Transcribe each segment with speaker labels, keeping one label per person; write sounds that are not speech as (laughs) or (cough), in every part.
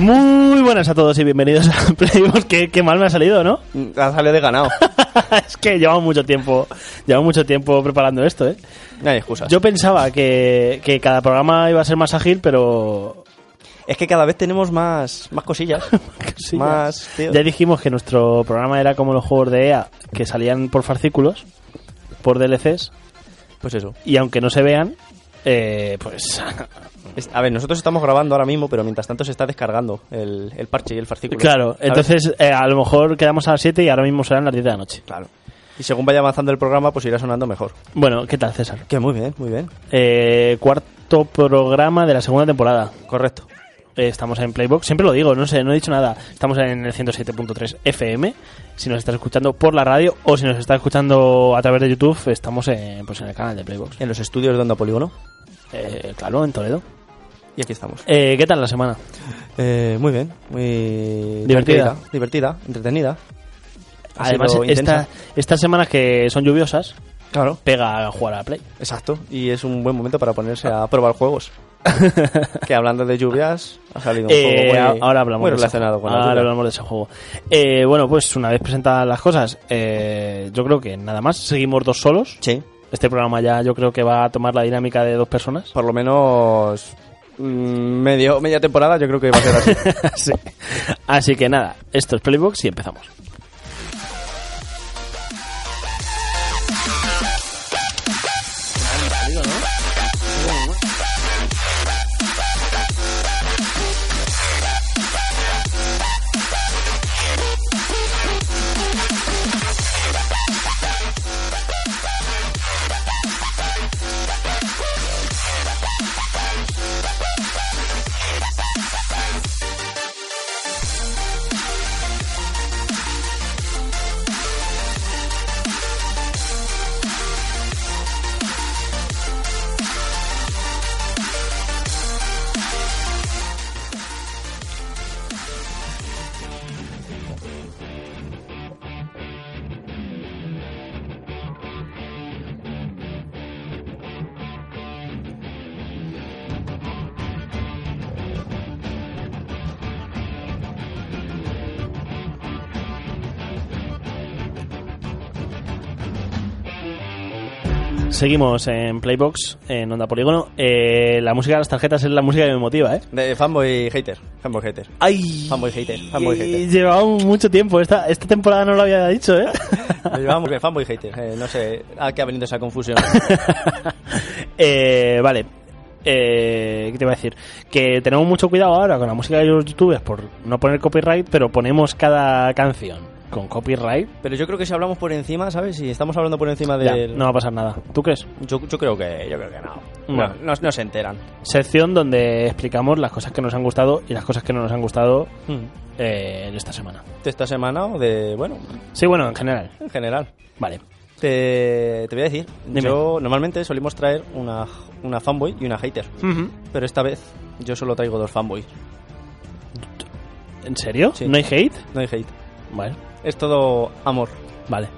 Speaker 1: Muy buenas a todos y bienvenidos a (laughs) Playbos. Qué, qué mal me ha salido, ¿no? (laughs)
Speaker 2: Ha salido de (laughs) ganado.
Speaker 1: es que llevamos mucho tiempo, llevamos mucho tiempo preparando esto, ¿eh?
Speaker 2: No hay excusas.
Speaker 1: Yo pensaba que, que cada programa iba a ser más ágil, pero (laughs)
Speaker 2: Es que cada vez tenemos más, más (laughs) cosillas.
Speaker 1: Sí,
Speaker 2: Más,
Speaker 1: ya.
Speaker 2: tío.
Speaker 1: Ya dijimos que nuestro programa era como los juegos de EA que salían por fascículos, por DLCs,
Speaker 2: Pues eso.
Speaker 1: y aunque no se vean, eh, pues (laughs)
Speaker 2: Es- A ver, nosotros estamos grabando ahora mismo, pero mientras tanto se está descargando el, el parche y el farcículo.
Speaker 1: claro,
Speaker 2: ¿Sabes?
Speaker 1: entonces eh, a lo mejor quedamos a las 7 y ahora mismo serán las 10 de la noche.
Speaker 2: Claro. Y según vaya avanzando el programa, pues irá sonando mejor.
Speaker 1: Bueno, ¿qué tal César?
Speaker 2: Que muy bien, muy bien.
Speaker 1: Eh, cuarto programa de la segunda temporada.
Speaker 2: Correcto.
Speaker 1: Eh, Estamos en Playbox, siempre lo digo, no sé, no he dicho nada. Estamos en el 107.3 FM. Si nos estás escuchando por la radio o si nos estás escuchando a través de YouTube, estamos en, pues en el canal de Playbox.
Speaker 2: En los estudios de Onda Polígono.
Speaker 1: Eh, claro, en Toledo.
Speaker 2: Y aquí estamos.
Speaker 1: Eh, ¿Qué tal la semana?
Speaker 2: Eh, muy bien, muy...
Speaker 1: Divertida.
Speaker 2: tranquila, Divertida, entretenida. Ha
Speaker 1: Además,
Speaker 2: sido
Speaker 1: esta-
Speaker 2: intensa.
Speaker 1: estas semanas que son lluviosas,
Speaker 2: Claro.
Speaker 1: pega a jugar a la Play.
Speaker 2: Exacto, y es un buen momento para ponerse a probar
Speaker 1: (laughs)
Speaker 2: juegos. que hablando de lluvias, ha salido un
Speaker 1: Eh,
Speaker 2: juego muy,
Speaker 1: ahora hablamos
Speaker 2: muy
Speaker 1: de ese
Speaker 2: relacionado
Speaker 1: juego.
Speaker 2: con la
Speaker 1: Ahora
Speaker 2: lluvia.
Speaker 1: hablamos de ese juego. Eh, bueno, pues una vez presentadas las cosas, eh, yo creo que nada más. Seguimos dos solos.
Speaker 2: Sí,
Speaker 1: Este programa ya yo creo que va a tomar la dinámica de dos personas.
Speaker 2: por lo menos mm, medio, media temporada yo creo que va a ser
Speaker 1: (laughs)
Speaker 2: así.
Speaker 1: Sí. Así que nada, esto es Playbox y empezamos. Seguimos en Playbox, en Onda Polígono. Eh, la música de las tarjetas es la música que me motiva, ¿eh?
Speaker 2: De fanboy hater, fanboy hater.
Speaker 1: ¡Ay!
Speaker 2: Fanboy hater, fanboy hater.
Speaker 1: Llevamos Eh, mucho tiempo. Esta, esta temporada no lo había dicho,
Speaker 2: (laughs)
Speaker 1: ¿eh?
Speaker 2: Lo llevamos de fanboy hater, eh, no sé a qué ha venido esa confusión.
Speaker 1: Eh, vale. Eh, ¿Qué te iba a decir? Que tenemos mucho cuidado ahora con la música de los youtubers por no poner copyright, pero ponemos cada canción con copyright.
Speaker 2: Pero yo creo que si hablamos por encima, ¿sabes? Si estamos hablando por encima
Speaker 1: ya,
Speaker 2: del...
Speaker 1: no va a pasar nada. ¿Tú crees?
Speaker 2: Yo, yo creo que yo creo que no.
Speaker 1: Bueno.
Speaker 2: No, no, no se enteran.
Speaker 1: Sección donde explicamos las cosas que nos han gustado y las cosas que no nos han gustado eh, de esta semana.
Speaker 2: De esta semana o de, bueno,
Speaker 1: Sí, bueno, en general.
Speaker 2: en general.
Speaker 1: Vale.
Speaker 2: Te, te voy a decir,
Speaker 1: Dime.
Speaker 2: yo normalmente solimos traer una, una fanboy y una hater, pero esta vez yo solo traigo dos fanboys,
Speaker 1: ¿En serio?
Speaker 2: Sí.
Speaker 1: ¿No hay hate?
Speaker 2: no hay hate.
Speaker 1: Vale.
Speaker 2: Es todo amor,
Speaker 1: Vale.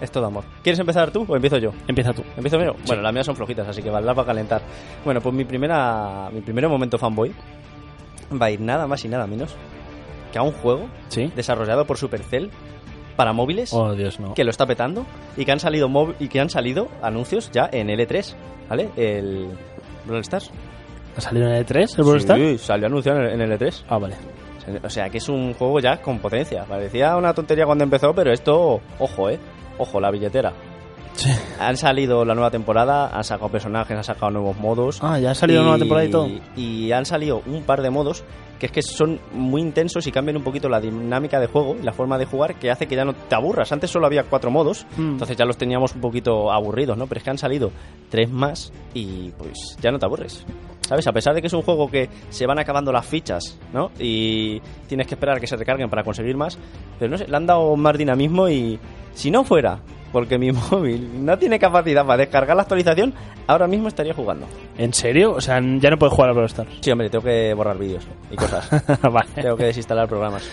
Speaker 2: es todo amor. ¿Quieres empezar tú o empiezo yo?
Speaker 1: Empieza tú.
Speaker 2: ¿Empiezo yo? Bueno, las mías son flojitas, así que va, las va a calentar. Bueno, pues mi primera mi primer momento fanboy va a ir nada más y nada menos que a un juego
Speaker 1: ¿Sí?
Speaker 2: desarrollado por Supercell para móviles
Speaker 1: Oh, Dios, no.
Speaker 2: que lo está petando y que han salido mov- y que han salido anuncios ya en L3, ¿vale? El Brawl Stars.
Speaker 1: ¿Ha salido en el 3 el Brawl Stars?
Speaker 2: Sí, salió anunciado en el E3.
Speaker 1: Ah, vale.
Speaker 2: O sea, que es un juego ya con potencia. Parecía una tontería cuando empezó, pero esto, ojo, eh. Ojo, la billetera.
Speaker 1: Sí.
Speaker 2: Han salido la nueva temporada, han sacado personajes, han sacado nuevos modos.
Speaker 1: Ah, ya ha salido nueva temporada y todo.
Speaker 2: y han salido un par de modos que es que son muy intensos y cambian un poquito la dinámica de juego y la forma de jugar que hace que ya no te aburras. Antes solo había cuatro modos,
Speaker 1: Mm.
Speaker 2: entonces ya los teníamos un poquito aburridos, ¿no? Pero es que han salido tres más y pues ya no te aburres. ¿Sabes? A pesar de que es un juego que se van acabando las fichas, ¿no? Y tienes que esperar a que se recarguen para conseguir más. Pero no sé, le han dado más dinamismo y si no fuera porque mi (laughs) móvil no tiene capacidad para descargar la actualización, ahora mismo estaría jugando.
Speaker 1: ¿En serio? O sea, ya no puedes jugar al Brawl (laughs) Stars.
Speaker 2: Sí, hombre, tengo que borrar vídeos y cosas.
Speaker 1: Ah, vale.
Speaker 2: tengo que desinstalar programas.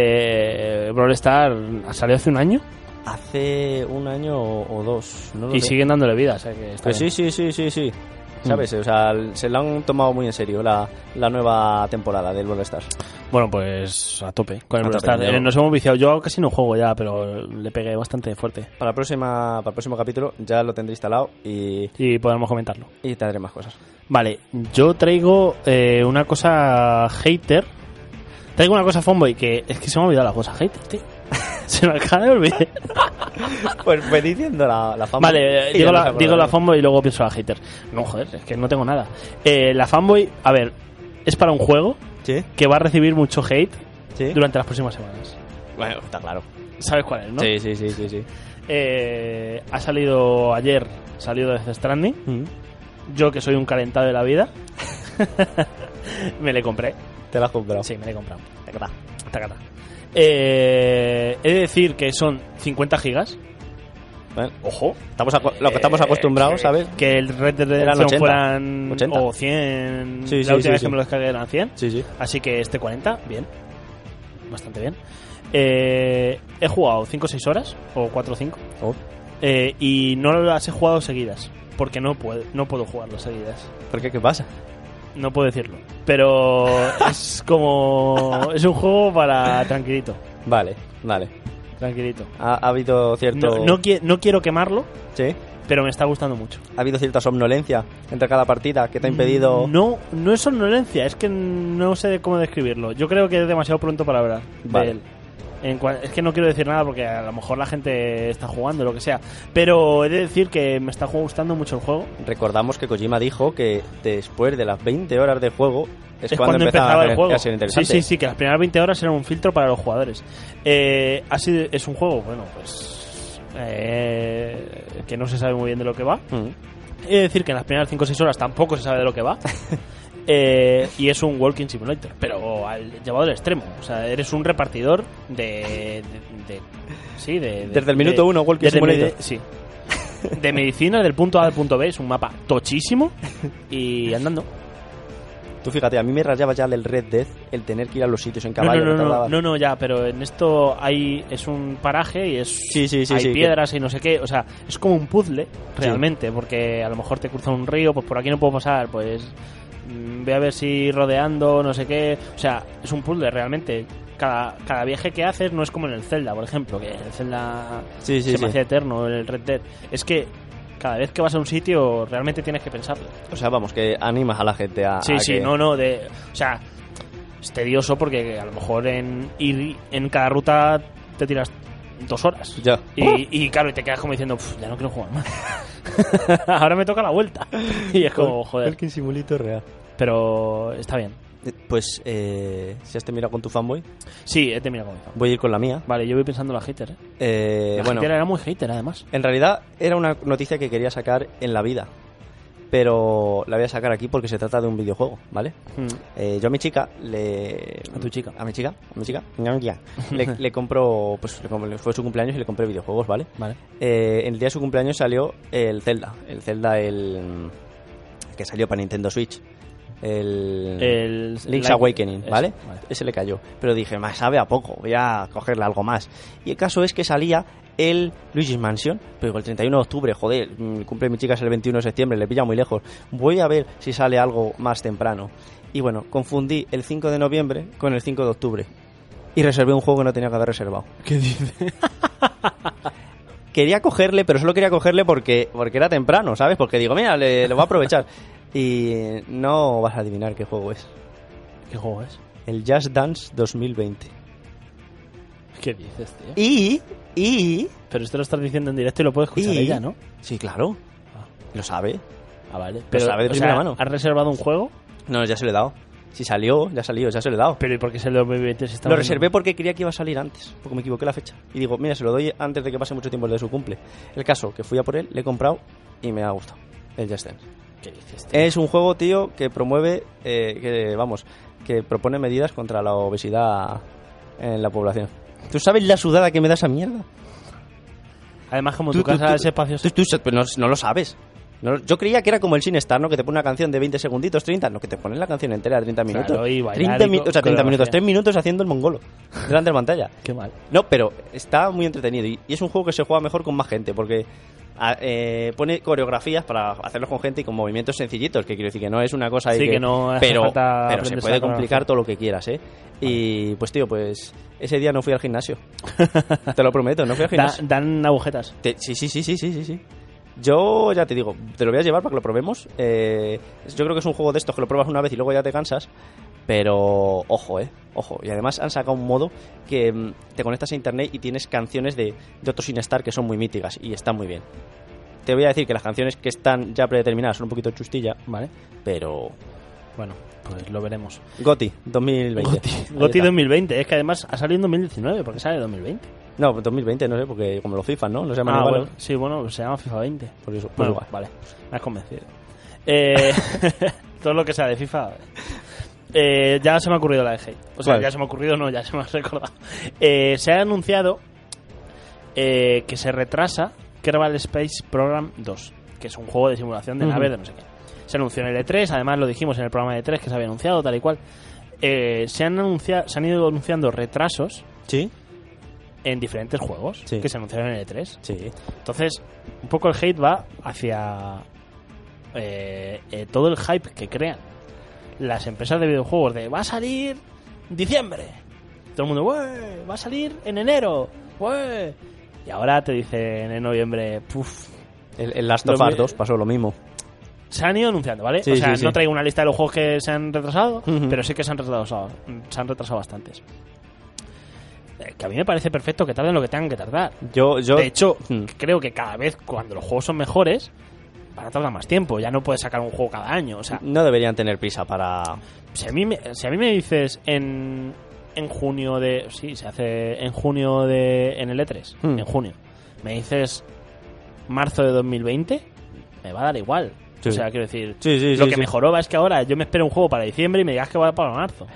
Speaker 1: Eh, Brawl Stars ha salido hace un año
Speaker 2: Hace un año o o dos, no lo
Speaker 1: y
Speaker 2: sé.
Speaker 1: siguen dándole vida. O sea, que está
Speaker 2: Pues sí,
Speaker 1: bien. Mm.
Speaker 2: sí, sí, sí, sí. ¿Sabes? O sea, el- se la han tomado muy en serio la, la nueva temporada del Brawl Stars.
Speaker 1: Bueno, pues a tope con el
Speaker 2: A
Speaker 1: Brawl
Speaker 2: tope,
Speaker 1: Stars.
Speaker 2: yo-
Speaker 1: Eh, nos hemos viciado. Yo casi no juego ya, pero le pegué bastante fuerte.
Speaker 2: Para, la próxima, para el próximo capítulo ya lo tendré instalado y,
Speaker 1: Y podemos comentarlo.
Speaker 2: y te daré
Speaker 1: (laughs)
Speaker 2: más cosas.
Speaker 1: Vale, yo traigo eh, una cosa hater. Traigo una cosa fanboy que es que se me ha olvidado la cosa hater, tío. (laughs) Se me acaba de olvidar.
Speaker 2: Pues ve diciendo la, la fama.
Speaker 1: Vale, eh,
Speaker 2: Y
Speaker 1: digo
Speaker 2: ya
Speaker 1: la,
Speaker 2: nos acordaremos.
Speaker 1: digo la fanboy y luego pienso la hater. No, joder, es que no tengo nada. Eh, la fanboy, a ver, es para un juego
Speaker 2: Sí,
Speaker 1: que va a recibir mucho hate
Speaker 2: sí.
Speaker 1: durante las próximas semanas.
Speaker 2: Bueno, está claro.
Speaker 1: ¿Sabes cuál es, no?
Speaker 2: Sí, sí, sí, (laughs) sí. sí.
Speaker 1: Eh, ha salido ayer, salido desde Stranding.
Speaker 2: Mm,
Speaker 1: Yo, que soy un calentado de la vida, (laughs) me le compré.
Speaker 2: Te la has comprado.
Speaker 1: Sí, me le he comprado. Tacata, tacata. Eh, he de decir que son 50 gigas.
Speaker 2: Bueno,
Speaker 1: Ojo. Eh,
Speaker 2: estamos acu- lo que estamos acostumbrados, ¿sabes?
Speaker 1: Que el Red Dead
Speaker 2: Eran
Speaker 1: Redemption
Speaker 2: 80.
Speaker 1: fueran
Speaker 2: 80.
Speaker 1: o 100.
Speaker 2: Sí,
Speaker 1: la
Speaker 2: sí,
Speaker 1: última
Speaker 2: sí,
Speaker 1: vez
Speaker 2: sí.
Speaker 1: que me lo descargué eran 100.
Speaker 2: Sí, sí.
Speaker 1: Así que este 40, bien. Bastante bien. Eh, he jugado 5 o 6 horas, o 4 o 5.
Speaker 2: Oh.
Speaker 1: eh, y no las he jugado seguidas. Porque no puedo, no puedo jugarlas seguidas.
Speaker 2: ¿Por qué? ¿Qué pasa?
Speaker 1: No puedo decirlo.
Speaker 2: (laughs)
Speaker 1: Pero es como. Es un juego para tranquilito.
Speaker 2: Vale, vale.
Speaker 1: Tranquilito.
Speaker 2: Ha, ha habido cierto...
Speaker 1: No, no, qui- no quiero quemarlo,
Speaker 2: Sí.
Speaker 1: pero me está gustando mucho.
Speaker 2: Ha habido cierta somnolencia entre cada partida que te ha impedido...
Speaker 1: No, no es somnolencia, es que no sé cómo describirlo. Yo creo que es demasiado pronto para hablar
Speaker 2: Vale.
Speaker 1: de él. En cua- es que no quiero decir nada porque a lo mejor la gente está jugando, lo que sea. Pero he de decir que me está gustando mucho el juego.
Speaker 2: Recordamos que Kojima dijo que después de las 20 horas de juego es,
Speaker 1: Es, cuando, empezaba,
Speaker 2: a,
Speaker 1: el
Speaker 2: tener-
Speaker 1: juego.
Speaker 2: a ser
Speaker 1: sí,
Speaker 2: interesante.
Speaker 1: sí, sí, que las primeras 20 horas eran un filtro para los jugadores. Eh, ha sido- es un juego, bueno, pues... eh, que no se sabe muy bien de lo que va.
Speaker 2: Mm.
Speaker 1: He de decir que en las primeras 5 o 6 horas tampoco se sabe de lo que
Speaker 2: (laughs)
Speaker 1: va. Eh, y es un walking simulator, pero al, llevado al extremo. O sea, eres un repartidor de. de- de- sí, de, de-
Speaker 2: Desde el minuto
Speaker 1: de-
Speaker 2: uno, walking
Speaker 1: desde
Speaker 2: simulator.
Speaker 1: medi- sí. De medicina, del punto A al punto B. Es un mapa tochísimo y andando.
Speaker 2: Tú fíjate, a mí me rayaba ya del Red Death el tener que ir a los sitios en
Speaker 1: No,
Speaker 2: caballo.
Speaker 1: no, no,
Speaker 2: que
Speaker 1: no,
Speaker 2: tardaba-
Speaker 1: no, no, ya, pero en esto hay es un paraje y es
Speaker 2: Sí, sí, sí,
Speaker 1: hay
Speaker 2: sí,
Speaker 1: piedras y no sé qué, o sea, es como un puzzle realmente, porque a lo mejor te cruza un río, pues por aquí no puedo pasar, pues mm, voy a ver si rodeando, no sé qué, o sea, es un puzzle realmente. Cada, cada viaje que haces no es como en el Zelda, por ejemplo, que el Zelda
Speaker 2: Sí, sí,
Speaker 1: se
Speaker 2: sí.
Speaker 1: me hacía eterno, el Red Dead. Es que cada vez que vas a un sitio realmente tienes que pensarlo.
Speaker 2: O sea, vamos, que animas a la gente a.
Speaker 1: Sí,
Speaker 2: a
Speaker 1: sí,
Speaker 2: que-
Speaker 1: no, no, de, o sea, es tedioso porque a lo mejor en ir en cada ruta te tiras dos horas.
Speaker 2: Ya.
Speaker 1: Y, y claro, y te quedas como diciendo, "Pf, ya no quiero jugar más.
Speaker 2: (laughs)
Speaker 1: Ahora me toca la vuelta. Y es como, joder.
Speaker 2: Walking Simulator real.
Speaker 1: Pero está bien.
Speaker 2: Pues, eh, si has terminado con tu fanboy,
Speaker 1: Sí, he terminado con eso.
Speaker 2: voy a ir con la mía.
Speaker 1: Vale, yo voy pensando en la hater, ¿eh?
Speaker 2: Eh,
Speaker 1: La
Speaker 2: bueno,
Speaker 1: hater era muy hater, además.
Speaker 2: en realidad era una noticia que quería sacar en la vida. Pero la voy a sacar aquí porque se trata de un videojuego, ¿vale? Eh, yo a mi chica le.
Speaker 1: A tu chica.
Speaker 2: A mi chica, a mi chica. ña, ña. Le,
Speaker 1: (laughs)
Speaker 2: le compro. Pues le compro- fue su cumpleaños y le compré videojuegos, ¿vale?
Speaker 1: Vale.
Speaker 2: Eh, en el día de su cumpleaños salió el Zelda. El Zelda, el. que salió para Nintendo Switch. El.
Speaker 1: El,
Speaker 2: Link's
Speaker 1: la-
Speaker 2: Awakening,
Speaker 1: eso,
Speaker 2: ¿vale? Ese le cayó. Pero dije, más sabe a poco, voy a cogerle algo más. Y el caso es que salía el Luigi's Mansion, pero digo, el 31 de octubre, joder, mm, cumple mi chica es el 21 de septiembre, le pilla muy lejos. Voy a ver si sale algo más temprano. Y bueno, confundí el 5 de noviembre con el 5 de octubre. Y reservé un juego que no tenía que haber reservado.
Speaker 1: ¿Qué dice?
Speaker 2: Quería cogerle, pero solo quería cogerle porque, porque era temprano, ¿sabes? Porque digo, mira, le, lo voy a aprovechar. (laughs) Y no vas a adivinar qué juego es.
Speaker 1: ¿Qué juego es?
Speaker 2: El Just Dance 2020.
Speaker 1: ¿Qué dices, tío?
Speaker 2: Y, y...
Speaker 1: Pero esto lo estás diciendo en directo y lo puede escuchar
Speaker 2: Y-
Speaker 1: ella, ¿no?
Speaker 2: Sí, claro. Lo sabe.
Speaker 1: Ah, vale.
Speaker 2: sabe de
Speaker 1: o
Speaker 2: primera
Speaker 1: sea,
Speaker 2: mano.
Speaker 1: ¿Has reservado un juego?
Speaker 2: No, ya se lo he dado. Si salió, ya salió, ya se lo he dado.
Speaker 1: Pero ¿y por qué es el 2020 si está
Speaker 2: Lo
Speaker 1: hablando?
Speaker 2: reservé porque creía que iba a salir antes, porque me equivoqué la fecha. Y digo, mira, se lo doy antes de que pase mucho tiempo el de su cumple. El caso, que fui a por él, le he comprado y me ha gustado. El Just Dance.
Speaker 1: ¿Qué dices, tío?
Speaker 2: Es un juego, tío, que promueve, eh, que vamos, que propone medidas contra la obesidad en la población. ¿Tú sabes la sudada que me da esa mierda?
Speaker 1: Además, como
Speaker 2: tú-
Speaker 1: tu
Speaker 2: tú-
Speaker 1: casa
Speaker 2: tú-
Speaker 1: es espacio...
Speaker 2: Tú, tú- pero no, no lo sabes. No, yo creía que era como el Sinestar, ¿no? Que te pone una canción de 20 segunditos, 30. No, que te ponen la canción entera de 30 minutos.
Speaker 1: Claro, y bailar
Speaker 2: 30
Speaker 1: y
Speaker 2: mi-
Speaker 1: co-
Speaker 2: o sea, 30 minutos,
Speaker 1: coreografía.
Speaker 2: 3 minutos haciendo el mongolo. Delante de la pantalla.
Speaker 1: Qué mal.
Speaker 2: No, pero está muy entretenido. Y, y es un juego que se juega mejor con más gente. Porque a- eh, pone coreografías para hacerlos con gente y con movimientos sencillitos. Que quiero decir que no es una cosa de
Speaker 1: Sí, que no hace
Speaker 2: pero,
Speaker 1: falta
Speaker 2: pero se
Speaker 1: aprenderse
Speaker 2: puede
Speaker 1: la
Speaker 2: complicar todo lo que quieras, ¿eh? Y pues, tío, pues ese día no fui al gimnasio. (laughs) te lo prometo, no fui al
Speaker 1: Da-
Speaker 2: gimnasio.
Speaker 1: dan agujetas.
Speaker 2: Te- sí, sí, sí, sí, sí, sí, sí. Yo ya te digo, te lo voy a llevar para que lo probemos. Eh, yo creo que es un juego de estos que lo pruebas una vez y luego ya te cansas. Pero ojo, eh, ojo. Y además han sacado un modo que mm, te conectas a internet y tienes canciones de, de otros Sinestar que son muy míticas y están muy bien. Te voy a decir que las canciones que están ya predeterminadas son un poquito chustilla,
Speaker 1: Vale.
Speaker 2: pero.
Speaker 1: Bueno, pues lo veremos.
Speaker 2: Goti, 2020.
Speaker 1: Goti,
Speaker 2: Ahí
Speaker 1: Goti
Speaker 2: está.
Speaker 1: 2020. Es que además ha salido en 2019, porque sale 2020.
Speaker 2: No, 2020, no sé, porque como los FIFA, ¿no? No se llaman
Speaker 1: Ah,
Speaker 2: igual,
Speaker 1: bueno, sí, bueno, se llama FIFA 20.
Speaker 2: Por eso, por
Speaker 1: Bueno,
Speaker 2: Pues igual.
Speaker 1: vale, me has convencido. Eh, (laughs) todo lo que sea de FIFA. eh, ya se me ha ocurrido la de Hate. O sea,
Speaker 2: Vale.
Speaker 1: ya se me ha ocurrido, no, ya se me ha recordado. Eh, se ha anunciado eh, que se retrasa Kerbal Space Program 2, que es un juego de simulación de
Speaker 2: Ujú.
Speaker 1: nave de no sé qué. Se anunció en el E3, además lo dijimos en el programa de E3 que se había anunciado, tal y cual. Eh, se, han anunciado, se han ido anunciando retrasos
Speaker 2: Sí,
Speaker 1: en diferentes juegos
Speaker 2: Sí.
Speaker 1: que se anunciaron en el E E3.
Speaker 2: sí.
Speaker 1: Entonces, un poco el hate va hacia eh, eh, todo el hype que crean las empresas de videojuegos de va a salir diciembre. Todo el mundo, "Ué, va a salir en enero. ué". Y ahora te dicen en noviembre, puf.
Speaker 2: El, el Last
Speaker 1: Lo
Speaker 2: of Us
Speaker 1: mi-
Speaker 2: 2 pasó lo mismo.
Speaker 1: Se han ido anunciando, ¿vale?
Speaker 2: Sí,
Speaker 1: o sea,
Speaker 2: sí, sí.
Speaker 1: no traigo una lista de los juegos que se han retrasado,
Speaker 2: Ujú.
Speaker 1: pero sí que se han retrasado, se han retrasado bastantes. Eh, Que a mí me parece perfecto que tarden lo que tengan que tardar.
Speaker 2: Yo, yo,
Speaker 1: De hecho,
Speaker 2: Mm.
Speaker 1: creo que cada vez cuando los juegos son mejores, van a tardar más tiempo. Ya no puedes sacar un juego cada año. O sea,
Speaker 2: no deberían tener prisa para.
Speaker 1: si a mí me, si a mí me dices en, en junio de. Sí, se hace en junio de. En el E3,
Speaker 2: Mm.
Speaker 1: en junio. Me dices marzo de 2020, me va a dar igual.
Speaker 2: Sí.
Speaker 1: O sea, quiero decir.
Speaker 2: Sí, sí,
Speaker 1: Lo
Speaker 2: sí,
Speaker 1: que
Speaker 2: sí.
Speaker 1: mejoró va es que ahora yo me espero un juego para diciembre y me digas que va para
Speaker 2: (laughs)
Speaker 1: marzo.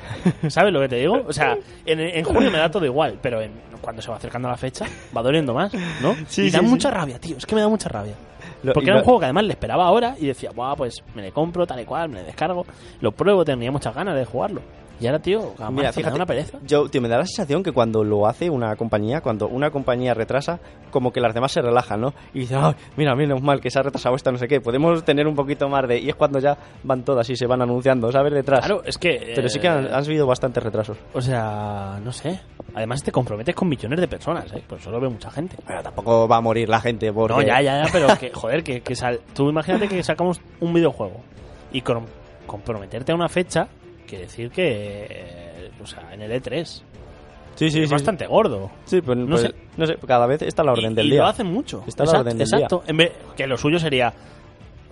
Speaker 1: ¿Sabes lo que te digo? O sea, en, en junio me da todo igual, pero en- cuando se va acercando la fecha va doliendo más, ¿no?
Speaker 2: (laughs) Sí,
Speaker 1: y da
Speaker 2: sí, sí.
Speaker 1: mucha rabia, tío. Es que me da mucha rabia.
Speaker 2: Lo-
Speaker 1: Porque
Speaker 2: y
Speaker 1: era
Speaker 2: lo-
Speaker 1: un juego que además le esperaba ahora y decía, Buah, pues me le compro tal y cual, me le descargo, lo pruebo, tenía muchas ganas de jugarlo. Y ahora, tío, a
Speaker 2: Mira,
Speaker 1: marzo me da
Speaker 2: fíjate,
Speaker 1: una pereza.
Speaker 2: Yo, tío, me da la sensación que cuando lo hace una compañía, cuando una compañía retrasa, como que las demás se relajan, ¿no? Y dicen, "Ay, mira, menos mal que se ha retrasado esta, no sé qué. Podemos tener un poquito más de. Y es cuando ya van todas y se van anunciando, ¿sabes? Detrás.
Speaker 1: Claro, es que.
Speaker 2: Pero sí que
Speaker 1: eh,
Speaker 2: han, han subido bastantes retrasos.
Speaker 1: O sea, no sé. Además, te comprometes con millones de personas, ¿eh? Pues solo ve mucha gente.
Speaker 2: Pero tampoco va a morir la gente por.
Speaker 1: No, ya, ya, ya, pero que, joder, que, que sal- tú imagínate que sacamos un videojuego y con- comprometerte a una fecha, que decir que. eh, o sea, en el E3.
Speaker 2: Sí, sí,
Speaker 1: es
Speaker 2: sí.
Speaker 1: bastante gordo.
Speaker 2: Sí, pues, pues, no,
Speaker 1: No
Speaker 2: sé.
Speaker 1: sé.
Speaker 2: cada vez está la orden
Speaker 1: y,
Speaker 2: del
Speaker 1: y
Speaker 2: día.
Speaker 1: lo hacen mucho.
Speaker 2: Está la orden del día.
Speaker 1: exacto. En vez- que lo suyo sería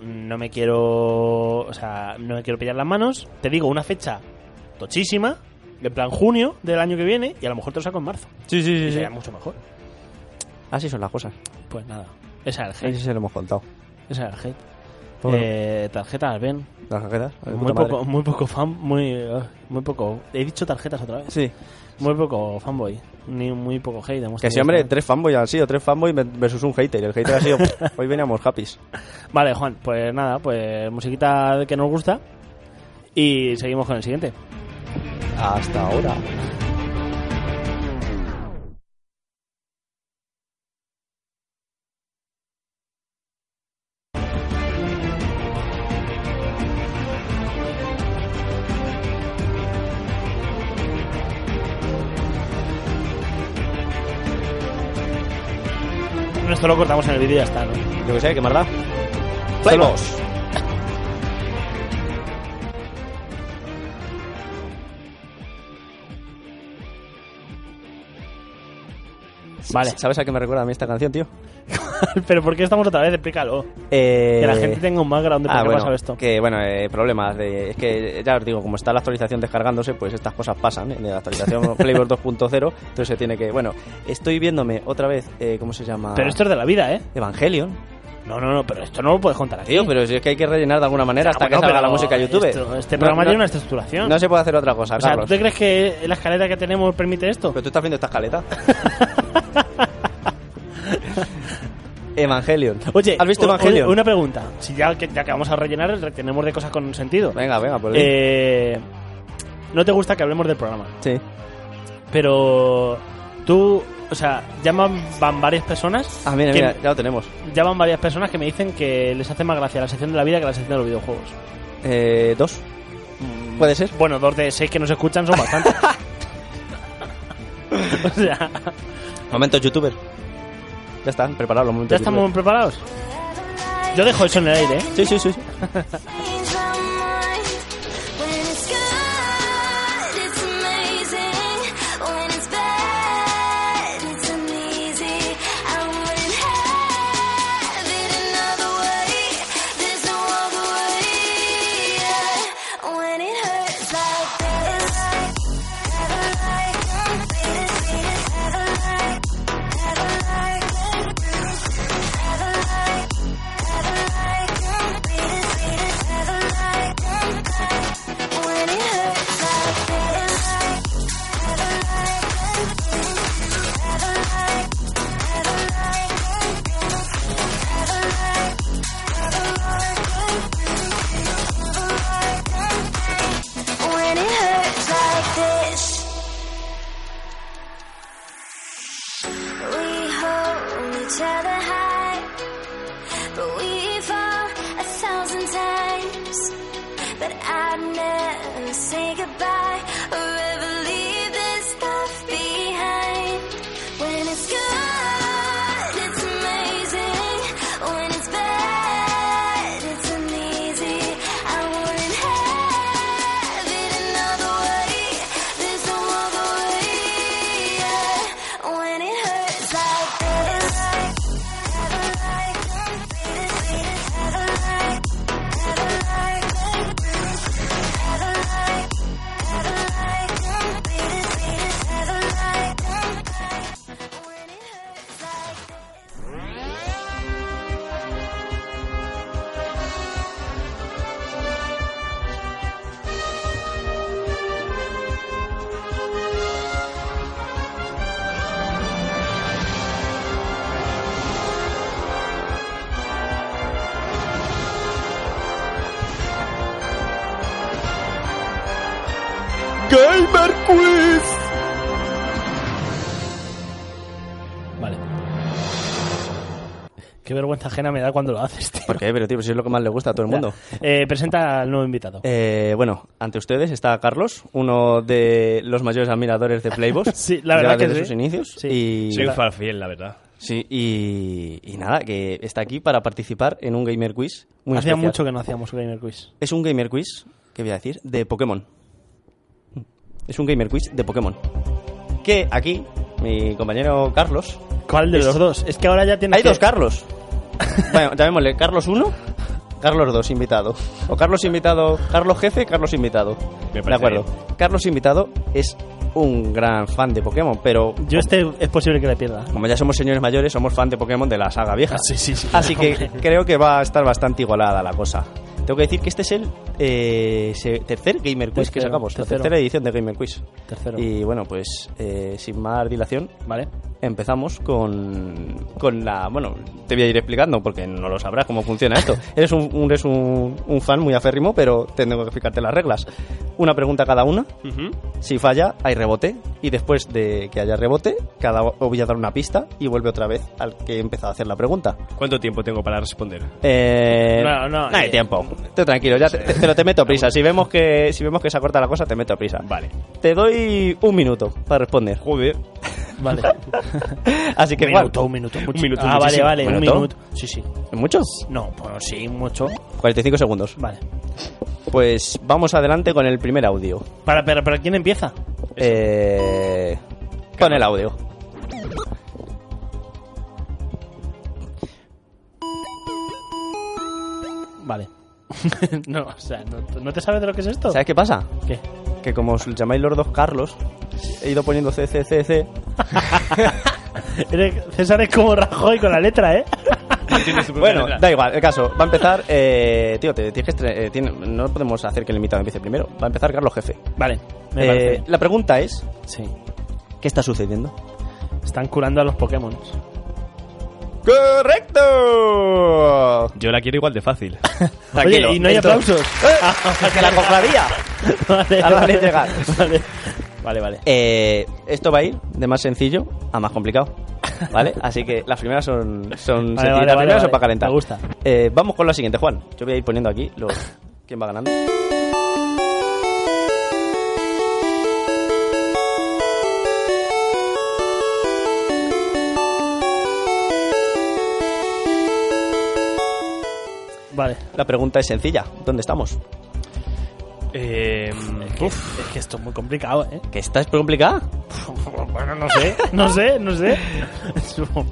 Speaker 1: no me quiero, o sea, no me quiero pillar las manos, te digo una fecha tochísima, en plan junio del año que viene y a lo mejor te lo saco en marzo.
Speaker 2: Sí, sí,
Speaker 1: Y
Speaker 2: sí. sí.
Speaker 1: sería mucho mejor.
Speaker 2: Así son las cosas.
Speaker 1: Pues nada. Esa era el
Speaker 2: Así
Speaker 1: hate,
Speaker 2: se lo hemos contado.
Speaker 1: esa era el
Speaker 2: E
Speaker 1: hate.
Speaker 2: Bueno.
Speaker 1: Eh, tarjetas, ven.
Speaker 2: ¿Las tarjetas? de
Speaker 1: Muy
Speaker 2: puta madre.
Speaker 1: poco, muy poco fan, muy, eh, muy poco. He dicho tarjetas otra vez.
Speaker 2: Sí.
Speaker 1: Muy poco fanboy, ni muy poco hate. hemos
Speaker 2: Que sí,
Speaker 1: tenido
Speaker 2: hombre,
Speaker 1: esta vez.
Speaker 2: tres fanboys han sido, tres fanboys versus un hater. El hater
Speaker 1: (laughs)
Speaker 2: ha sido, hoy veníamos happy.
Speaker 1: Vale, Juan, pues nada, pues musiquita que nos gusta y seguimos con el siguiente.
Speaker 2: Hasta ahora.
Speaker 1: Bueno, Esto lo cortamos en el vídeo y ya está, ¿no?
Speaker 2: Yo que sé, ¿qué más da?
Speaker 1: Playbox.
Speaker 2: Celos. (laughs)
Speaker 1: Vale. (laughs)
Speaker 2: ¿Sabes a qué me recuerda a mí esta canción, tío?
Speaker 1: Pero ¿por qué estamos otra vez? Explícalo.
Speaker 2: Eh...
Speaker 1: Que la gente tenga un background de por
Speaker 2: Ah,
Speaker 1: qué
Speaker 2: bueno,
Speaker 1: pasa esto.
Speaker 2: que bueno, eh, problemas. De, es que ya os digo, como está la actualización descargándose, pues estas cosas pasan. ¿eh? En
Speaker 1: (laughs)
Speaker 2: la actualización Flavor 2.0, entonces se tiene que. Bueno, estoy viéndome otra vez, eh, ¿cómo se llama?
Speaker 1: Pero esto es de la vida, ¿eh?
Speaker 2: Evangelion.
Speaker 1: No, no, no, pero esto no lo puedes contar aquí.
Speaker 2: Tío, pero si es que hay que rellenar de alguna manera hasta
Speaker 1: Ah, bueno,
Speaker 2: que salga
Speaker 1: pero
Speaker 2: la música de YouTube.
Speaker 1: esto- este
Speaker 2: No,
Speaker 1: programa
Speaker 2: no-
Speaker 1: tiene una estructuración.
Speaker 2: No se puede hacer otra cosa,
Speaker 1: o sea, ¿tú
Speaker 2: Carlos.
Speaker 1: te crees que la escalera que tenemos permite esto?
Speaker 2: Pero tú estás viendo esta escaleta. (laughs) Evangelion.
Speaker 1: Oye,
Speaker 2: ¿has visto
Speaker 1: u-
Speaker 2: Evangelion?
Speaker 1: Una pregunta. Si ya que, ya que vamos a rellenar, retenemos de cosas con sentido.
Speaker 2: Venga, venga, por ahí.
Speaker 1: Eh, no te gusta que hablemos del programa,
Speaker 2: Sí.
Speaker 1: pero tú, o sea, llaman van varias personas.
Speaker 2: Ah, mira,
Speaker 1: que-
Speaker 2: mira, ya lo tenemos.
Speaker 1: Llaman varias personas que me dicen que les hace más gracia la sección de la vida que la sección de los videojuegos. Mm.
Speaker 2: Eh, dos. ¿Puede ser?
Speaker 1: Bueno, dos de seis que nos escuchan son
Speaker 2: (laughs)
Speaker 1: bastantes. o sea,
Speaker 2: Momentos youtuber. Ya están preparados los momentos
Speaker 1: ¿ya estamos preparados? Yo dejo eso en el aire, ¿eh?
Speaker 2: youtuber. Sí, sí, sí. sí.
Speaker 3: Change my mind. When it's good, it's amazing. When it's bad, it's uneasy. I wouldn't have it another way. There's no other way. yeah. When it hurts like this. Never like them. Never like, never like them. Never like, never like them. Never like them. When it hurts like this. Never like them. Never like, never like them. Never like, never like them. Never like them. When it hurts like this. We hold each other high, but we fall a thousand times. But I'd never say goodbye or ever leave this stuff behind. When it's good, it's amazing. When it's bad, it's uneasy. I wouldn't have it another way. There's no other way. yeah. When it hurts like this. Never like them. Never like, never like them. Never like, never like them. Never like them. When it hurts like this.
Speaker 2: Gamer Quiz.
Speaker 1: Vale. Qué vergüenza ajena me da cuando lo haces, tío.
Speaker 2: ¿Por qué? Pero, tío, pues si es lo que más le gusta a todo el mundo.
Speaker 1: Eh, presenta al nuevo invitado.
Speaker 2: Eh, bueno, ante ustedes está Carlos, uno de los mayores admiradores de Playboy.
Speaker 1: (laughs) Sí, la verdad
Speaker 2: ya
Speaker 1: que
Speaker 2: desde
Speaker 1: sí.
Speaker 2: sus inicios.
Speaker 1: Sí.
Speaker 2: Y,
Speaker 4: Soy un fan fiel, la verdad.
Speaker 2: sí, y, y nada, que está aquí para participar en un Gamer Quiz muy
Speaker 1: Hacía
Speaker 2: especial.
Speaker 1: mucho que no hacíamos Gamer Quiz.
Speaker 2: Es un Gamer Quiz, ¿qué voy a decir? De Pokémon. Es un Gamer Quiz de Pokémon. Que aquí, mi compañero Carlos...
Speaker 1: ¿Cuál de
Speaker 2: Es-
Speaker 1: los dos? Es que ahora ya tienes
Speaker 2: Hay
Speaker 1: que-
Speaker 2: dos Carlos. bueno, llamémosle Carlos 1, Carlos 2 invitado. O Carlos invitado, Carlos jefe, Carlos invitado.
Speaker 4: Me
Speaker 2: de
Speaker 4: parece
Speaker 2: acuerdo. Carlos invitado es un gran fan de Pokémon, pero
Speaker 1: Yo este es posible que le pierda.
Speaker 2: como ya somos señores mayores, somos fan de Pokémon de la saga vieja.
Speaker 1: Ah, sí, sí, sí.
Speaker 2: Así que
Speaker 1: Hombre.
Speaker 2: creo que va a estar bastante igualada la cosa. Tengo que decir que este es el eh, se- tercer Gamer Quiz que
Speaker 1: Tercero,
Speaker 2: sacamos, la
Speaker 1: tercero.
Speaker 2: tercera edición de Gamer Quiz.
Speaker 1: Tercero.
Speaker 2: Y bueno, pues eh, sin más dilación,
Speaker 1: Vale.
Speaker 2: empezamos con, con la... Bueno, te voy a ir explicando porque no lo sabrás cómo funciona
Speaker 1: (laughs)
Speaker 2: esto. eres un, un- eres un, un fan muy aférrimo, pero tengo que explicarte las reglas. Una pregunta cada una. Si falla, hay rebote. Y después de que haya rebote, cada o- voy a dar una pista y vuelve otra vez al que he empezado a hacer la pregunta.
Speaker 4: ¿Cuánto tiempo tengo para responder?
Speaker 2: Eh,
Speaker 1: No, no,
Speaker 2: hay
Speaker 1: eh,
Speaker 2: tiempo. Tú tranquilo, ya te, te- pero te meto prisa. Si vemos que si vemos que se acorta la cosa, te meto prisa.
Speaker 4: Vale.
Speaker 2: Te doy un minuto para responder.
Speaker 4: Joder.
Speaker 1: (laughs) Vale.
Speaker 2: Así que
Speaker 1: un
Speaker 2: igual.
Speaker 1: minuto, un minuto. mucho.
Speaker 4: Un minuto,
Speaker 1: Ah, vale,
Speaker 4: muchísimo.
Speaker 1: vale. Un
Speaker 2: ¿Minuto?
Speaker 1: minuto. Sí, sí.
Speaker 2: ¿Mucho?
Speaker 1: No, pues sí, mucho.
Speaker 2: 45 segundos.
Speaker 1: Vale.
Speaker 2: Pues vamos adelante con el primer audio.
Speaker 1: Para, para, para ¿quién empieza?
Speaker 2: Eh, con el audio.
Speaker 1: Vale. (laughs) no, o sea, ¿no, ¿no te sabes de lo que es esto?
Speaker 2: ¿Sabes qué pasa?
Speaker 1: ¿Qué?
Speaker 2: Que como os llamáis los dos Carlos, he ido poniendo CCCC.
Speaker 1: Eres- César es como Rajoy con la letra, ¿eh?
Speaker 2: (laughs) Bueno, da igual, el caso. Va a empezar. Eh, tío, te tienes que. estre- eh, tiene- no podemos hacer que el invitado empiece primero. Va a empezar Carlos Jefe.
Speaker 1: Vale, me
Speaker 2: Eh,
Speaker 1: parece.
Speaker 2: la pregunta es:
Speaker 1: Sí.
Speaker 2: ¿qué está sucediendo?
Speaker 1: Están curando a los Pokémon.
Speaker 2: ¡Correcto!
Speaker 4: Yo la quiero igual
Speaker 2: (laughs)
Speaker 4: de fácil.
Speaker 1: Oye, y no hay
Speaker 2: Entonces-
Speaker 1: (laughs) aplausos.
Speaker 2: ¡Eh! ¡Que la cofradía!
Speaker 1: (laughs) Vale,
Speaker 2: Ahora van a llegar.
Speaker 1: Vale, vale. vale.
Speaker 2: Eh, esto va a ir de más sencillo a más complicado.
Speaker 1: (laughs)
Speaker 2: ¿Vale? Así que las primeras son,
Speaker 1: Vale,
Speaker 2: son
Speaker 1: vale,
Speaker 2: sencillas. las
Speaker 1: vale,
Speaker 2: primeras son
Speaker 1: vale.
Speaker 2: para calentar.
Speaker 1: Me gusta.
Speaker 2: Eh, vamos con la siguiente, Juan. Yo voy a ir poniendo aquí
Speaker 1: (laughs)
Speaker 2: los... quién va ganando.
Speaker 1: Vale.
Speaker 2: La pregunta es sencilla. ¿Dónde estamos?
Speaker 4: Eh, uf,
Speaker 1: Es que esto es muy complicado, ¿eh? (laughs)
Speaker 2: ¿Que esta es complicada?
Speaker 1: Bueno, no sé, no sé, no sé. (laughs) Es un-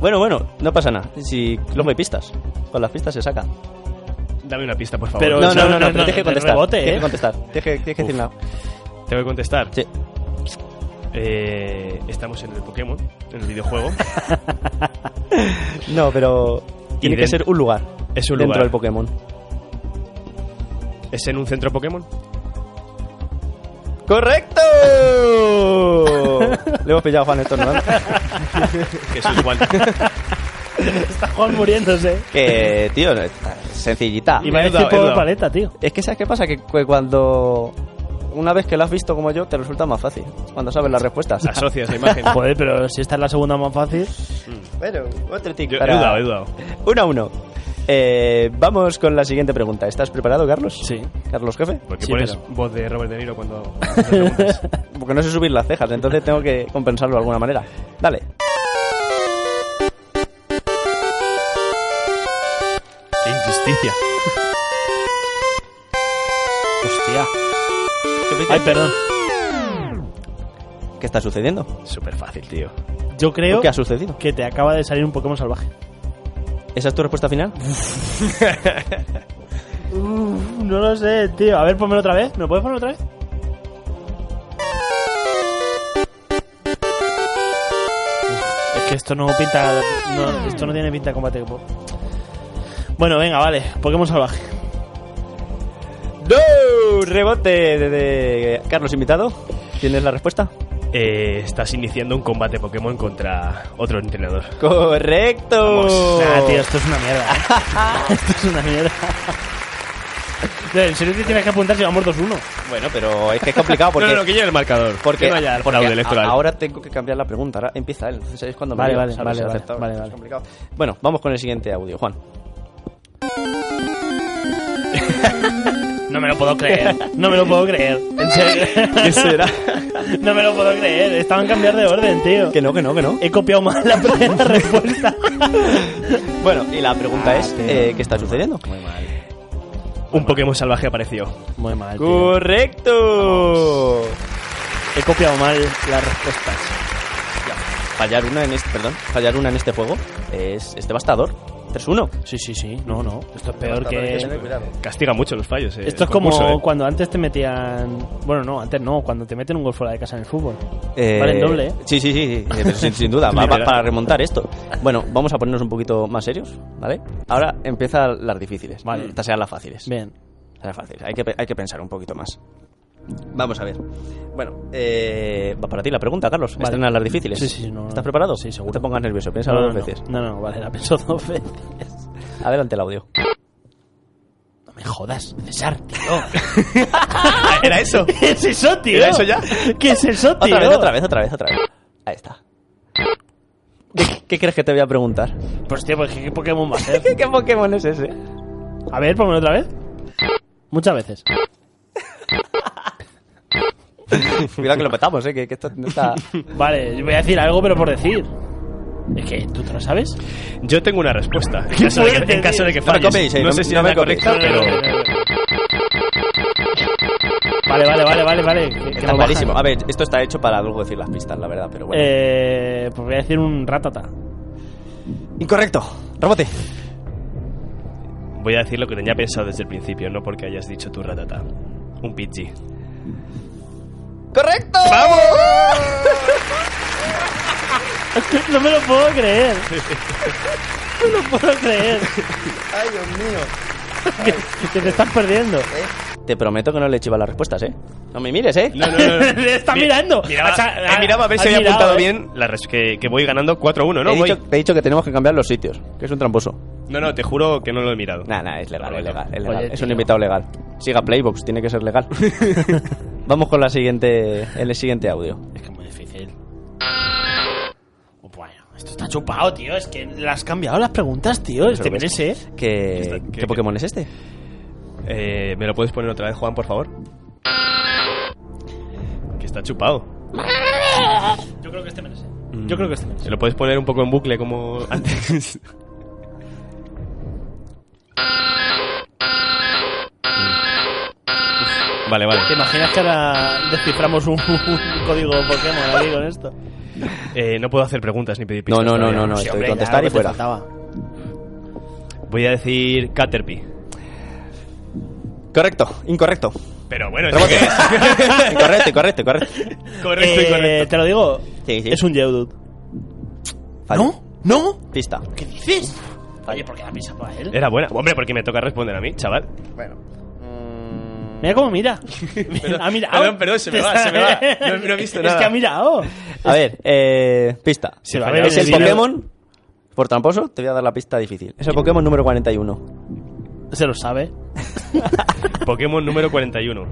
Speaker 2: Bueno, bueno, no pasa nada. Si luego hay pistas. Con las pistas se saca.
Speaker 4: dame una pista, por favor.
Speaker 1: Pero-
Speaker 2: no, no, no, no,
Speaker 1: no, no,
Speaker 2: pero tienes que
Speaker 1: de
Speaker 2: contestar.
Speaker 1: rebote,
Speaker 2: tienes
Speaker 1: ¿eh?
Speaker 2: que contestar. Tienes que, tienes que decir
Speaker 4: Uf.
Speaker 2: nada.
Speaker 4: Tengo que contestar.
Speaker 2: Sí.
Speaker 4: Eh, estamos en el Pokémon, en el
Speaker 2: (laughs)
Speaker 4: videojuego.
Speaker 2: No, pero.
Speaker 4: Y
Speaker 2: Tiene que
Speaker 4: den-
Speaker 2: ser un lugar.
Speaker 4: Es un
Speaker 2: dentro
Speaker 4: lugar.
Speaker 2: del Pokémon.
Speaker 4: ¿Es en un centro Pokémon? (laughs)
Speaker 2: ¡Correcto! Le hemos pillado a Juan esto, ¿no? (laughs)
Speaker 4: Que soy Juan.
Speaker 1: Está Juan muriéndose.
Speaker 2: que, tío, no, está sencillita.
Speaker 1: Y va a
Speaker 4: he
Speaker 1: decir
Speaker 4: dudado, he
Speaker 1: por
Speaker 4: dudado.
Speaker 1: paleta, tío.
Speaker 2: Es que, ¿sabes qué pasa? Que cu- cuando. Una vez que lo has visto como yo, te resulta más fácil. Cuando sabes las respuestas.
Speaker 4: Asocias la imagen.
Speaker 1: Joder, pero si esta es la segunda más fácil.
Speaker 2: (laughs) Bueno, otro tic
Speaker 4: Yo he
Speaker 2: para-
Speaker 4: dudado, he dudado.
Speaker 2: Uno a uno. Eh, vamos con la siguiente pregunta. ¿Estás preparado, Carlos?
Speaker 1: Sí.
Speaker 2: ¿Carlos Jefe?
Speaker 4: ¿Por qué
Speaker 1: Sí,
Speaker 4: pones
Speaker 1: pero-
Speaker 4: voz de Robert De Niro cuando haces preguntas?
Speaker 2: (laughs) Porque no sé subir las cejas, entonces tengo que compensarlo de alguna manera. Dale.
Speaker 4: ¡Qué injusticia!
Speaker 1: Hostia. Ay, perdón.
Speaker 2: ¿Qué está sucediendo?
Speaker 4: Súper fácil, tío.
Speaker 1: Yo creo
Speaker 2: ¿Qué ha sucedido?
Speaker 1: que te acaba de salir un Pokémon salvaje.
Speaker 2: ¿Esa es tu respuesta final?
Speaker 1: Uf, no lo sé, tío. A ver, ponmelo otra vez. ¿Me lo puedes poner otra vez? Uf, Es que esto no pinta. no, esto no tiene pinta de combate. Bueno, venga, vale. Pokémon salvaje.
Speaker 2: ¡No! Rebote de, de Carlos invitado. ¿Tienes la respuesta?
Speaker 4: Eh, estás iniciando un combate Pokémon contra otro entrenador.
Speaker 2: ¡Correcto!
Speaker 1: Nah, Ah, tío, esto es una mierda.
Speaker 2: (laughs)
Speaker 1: ¿eh? esto es una mierda. En serio te tienes que apuntar si vamos 2-1.
Speaker 2: Bueno, pero es que es complicado (laughs) porque...
Speaker 4: no, no, no, que lleve el marcador.
Speaker 2: Porque,
Speaker 4: que no haya
Speaker 2: porque
Speaker 4: fraude
Speaker 2: a-
Speaker 4: electoral.
Speaker 2: ahora tengo que cambiar la pregunta, ahora empieza él, entonces ahí es cuando me
Speaker 1: Vale,
Speaker 2: lío,
Speaker 1: vale,
Speaker 2: ¿sabes?
Speaker 1: vale,
Speaker 2: Se ha
Speaker 1: vale,
Speaker 2: aceptado,
Speaker 1: vale,
Speaker 2: es
Speaker 1: vale.
Speaker 2: complicado. Bueno, vamos con el siguiente audio, Juan.
Speaker 1: No me lo puedo creer. No me lo puedo creer. En serio.
Speaker 2: (laughs) ¿Qué será?
Speaker 1: No me lo puedo creer. Estaban en cambiar de orden, tío.
Speaker 2: que no, que no, que no.
Speaker 1: He copiado mal la
Speaker 2: (laughs)
Speaker 1: primera respuesta.
Speaker 2: Bueno, y la pregunta
Speaker 1: Ah,
Speaker 2: es, eh, ¿qué está sucediendo?
Speaker 1: Muy mal.
Speaker 4: Un Pokémon salvaje apareció.
Speaker 1: Muy mal. tío.
Speaker 2: ¡Correcto!
Speaker 1: He copiado mal las respuestas.
Speaker 2: Fallar una en este, perdón, fallar una en este juego es, es devastador. 3-1.
Speaker 1: Sí, sí, sí. No, no. Esto es peor que.
Speaker 4: Castiga mucho los fallos. eh,
Speaker 1: Esto
Speaker 4: el
Speaker 1: es como
Speaker 4: concurso, eh.
Speaker 1: cuando antes te metían. Bueno, no, antes no. Cuando te meten un gol fuera de casa en el fútbol.
Speaker 2: Eh,
Speaker 1: Valen doble, ¿eh?
Speaker 2: Sí, sí, sí, sí, eh, pero sin,
Speaker 1: (laughs)
Speaker 2: sin duda, va- va- para remontar esto. Bueno, vamos a ponernos un poquito más serios, ¿vale? Ahora empiezan las difíciles.
Speaker 1: Vale.
Speaker 2: Estas serán las fáciles.
Speaker 1: Bien.
Speaker 2: Será fácil, hay que, pe- hay que pensar un poquito más. Vamos a ver. Bueno, eh, va para ti la pregunta, Carlos.
Speaker 1: Vale.
Speaker 2: Estrenan las difíciles.
Speaker 1: Sí, sí, no, no.
Speaker 2: ¿Estás preparado?
Speaker 1: Sí, seguro.
Speaker 2: No te pongas nervioso,
Speaker 1: No,
Speaker 2: piénsalo
Speaker 1: no,
Speaker 2: dos
Speaker 1: no.
Speaker 2: veces.
Speaker 1: No, no, vale, la (laughs) pensó dos veces.
Speaker 2: Adelante el audio.
Speaker 1: No me jodas, César, tío.
Speaker 2: (laughs)
Speaker 4: ¿Era eso?
Speaker 1: (laughs) ¿Qué es eso, tío?
Speaker 4: ¿Era eso ya?
Speaker 1: ¿Qué es eso, tío?
Speaker 2: Otra vez, otra vez, otra vez, otra vez. Ahí está. ¿Qué, qué crees que te voy a preguntar?
Speaker 1: Pues, tío, pues, ¿qué (laughs) qué Pokémon va a ser?
Speaker 2: ¿Qué Pokémon es ese?
Speaker 1: A ver, ponmelo otra vez. Muchas veces.
Speaker 2: (laughs) Cuidado que lo petamos, ¿eh? Que, que esto
Speaker 1: (laughs)
Speaker 2: no está...
Speaker 1: Vale, yo voy a decir algo, pero por decir. Es que tú te lo sabes.
Speaker 4: Yo tengo una respuesta. En caso de que, en caso de que
Speaker 2: No me
Speaker 4: falles.
Speaker 2: copiéis, eh,
Speaker 4: no,
Speaker 2: no-
Speaker 4: sé si
Speaker 2: no
Speaker 4: es
Speaker 2: me
Speaker 4: la
Speaker 2: copiéis.
Speaker 4: correcta, pero.
Speaker 1: Vale, vale, vale, vale, vale. que- que
Speaker 2: Está
Speaker 1: lo bajan.
Speaker 2: clarísimo. A ver, esto está hecho para luego decir las pistas, la verdad, pero bueno.
Speaker 1: Eh, pues voy a decir un ratata. (laughs)
Speaker 2: Incorrecto. Rebote.
Speaker 4: Voy a decir lo que tenía pensado desde el principio, no porque hayas dicho tu ratata. Un Pidgey.
Speaker 2: ¡Correcto!
Speaker 1: No me lo puedo creer.
Speaker 2: (laughs)
Speaker 1: No lo puedo creer.
Speaker 2: ¡Ay, Dios mío!
Speaker 1: Que, que te estás perdiendo.
Speaker 2: Te prometo que no le chiva las respuestas, ¿eh? No me mires, ¿eh?
Speaker 4: No, no, no.
Speaker 1: (laughs)
Speaker 4: no.
Speaker 1: Está
Speaker 4: Mi-
Speaker 1: mirando.
Speaker 4: (laughs) Miraba,
Speaker 1: O sea,
Speaker 4: he mirado a ver si
Speaker 1: ha
Speaker 4: había
Speaker 1: mirado,
Speaker 4: apuntado
Speaker 1: ¿eh?
Speaker 4: bien la res- que, que voy ganando 4-1, ¿no?
Speaker 2: he,
Speaker 4: Voy-
Speaker 2: dicho, he dicho que tenemos que cambiar los sitios, que es un tramposo.
Speaker 4: No, no, te juro que no lo he mirado.
Speaker 2: Nah, nah, es legal,
Speaker 4: Vale,
Speaker 2: es legal, es
Speaker 1: Oye,
Speaker 2: legal. es un
Speaker 1: tío.
Speaker 2: invitado legal. Siga Playbox, tiene que ser (laughs) legal. Vamos con la siguiente, el siguiente audio.
Speaker 1: Es que es muy difícil. Bueno, esto está chupado, tío. Es que las has cambiado las preguntas, tío. Este
Speaker 2: ves.
Speaker 1: merece, ¿eh?
Speaker 2: ¿Qué,
Speaker 4: Está-
Speaker 2: ¿qué
Speaker 4: qué-
Speaker 2: Pokémon es este?
Speaker 4: Eh, ¿Me lo puedes poner otra vez, Juan, por favor? Que está chupado.
Speaker 1: Yo creo que este merece. Yo creo que este merece.
Speaker 4: ¿Se lo puedes poner un poco en bucle como
Speaker 1: (laughs)
Speaker 4: antes? vale, vale.
Speaker 1: ¿Te imaginas que ahora desciframos un, (laughs) un código Pokémon ahí con esto?
Speaker 4: Eh, no puedo hacer preguntas ni pedir
Speaker 2: No,
Speaker 4: pistas.
Speaker 2: no, no,
Speaker 4: todavía.
Speaker 2: no, no.
Speaker 1: Sí,
Speaker 2: Estoy
Speaker 1: hombre, ya,
Speaker 2: contestar y
Speaker 1: lo que te
Speaker 2: fuera.
Speaker 1: faltaba.
Speaker 4: Voy a decir Caterpie.
Speaker 2: Correcto, (laughs) incorrecto.
Speaker 4: Pero bueno, es
Speaker 2: Rebote. (laughs)
Speaker 4: que es
Speaker 2: incorrecto, incorrecto, incorrecto.
Speaker 4: correcto y
Speaker 1: Eh,
Speaker 4: correcto.
Speaker 1: Te lo digo.
Speaker 2: Sí, sí.
Speaker 1: Es un Geodude.
Speaker 2: Fallo.
Speaker 1: ¿No?
Speaker 2: Pista.
Speaker 1: ¿Qué dices? Oye, ¿por qué la pisa para él?
Speaker 4: Era buena. Hombre, porque me toca responder a mí, chaval.
Speaker 2: Bueno.
Speaker 1: Mira cómo mira. ha mirado.
Speaker 4: (laughs) perdón, perdón, se me va, se me va. No- no he
Speaker 1: (laughs)
Speaker 4: visto
Speaker 1: Es
Speaker 4: nada.
Speaker 1: que ha mirado.
Speaker 2: A ver, eh, pista.
Speaker 4: Sí,
Speaker 1: Pero a
Speaker 4: fallaba.
Speaker 1: ver,
Speaker 2: Es el
Speaker 1: el dinero-
Speaker 2: Pokémon. Por tramposo, te voy a dar la pista difícil. Es el Pokémon número 41.
Speaker 1: Se lo sabe.
Speaker 4: Pokémon número 41.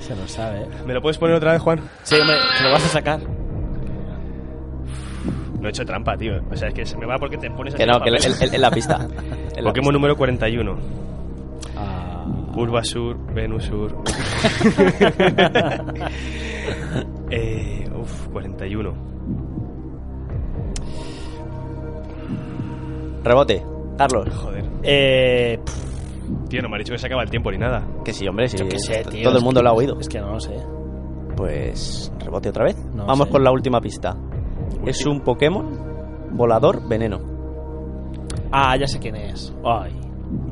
Speaker 1: Se lo sabe.
Speaker 4: ¿Me lo puedes poner otra vez, Juan?
Speaker 1: Sí, hombre, te lo vas a sacar.
Speaker 4: No he hecho trampa, tío. O sea, es que se me va porque te pones
Speaker 2: Que
Speaker 4: así
Speaker 2: no,
Speaker 4: los
Speaker 2: que es
Speaker 4: papeles.
Speaker 2: la pista. En la
Speaker 4: Pokémon número 41.
Speaker 2: Ah.
Speaker 4: Bulbasur, (laughs) Venusur. eh, uf, 41.
Speaker 2: pista. Rebote. Carlos.
Speaker 4: Joder.
Speaker 1: Eh. pff,
Speaker 4: Tío, no me ha dicho que se acaba el tiempo ni nada.
Speaker 2: Que sí, hombre, sí.
Speaker 1: yo qué sé,
Speaker 2: t-
Speaker 1: tío.
Speaker 2: Todo
Speaker 1: Es
Speaker 2: el mundo
Speaker 1: que-
Speaker 2: lo ha oído.
Speaker 1: Es que no lo sé.
Speaker 2: Pues rebote otra vez.
Speaker 1: No
Speaker 2: Vamos
Speaker 1: sé.
Speaker 2: con la última pista. Es
Speaker 4: Última.
Speaker 2: un Pokémon volador veneno.
Speaker 1: Ah, ya sé quién es. Ay.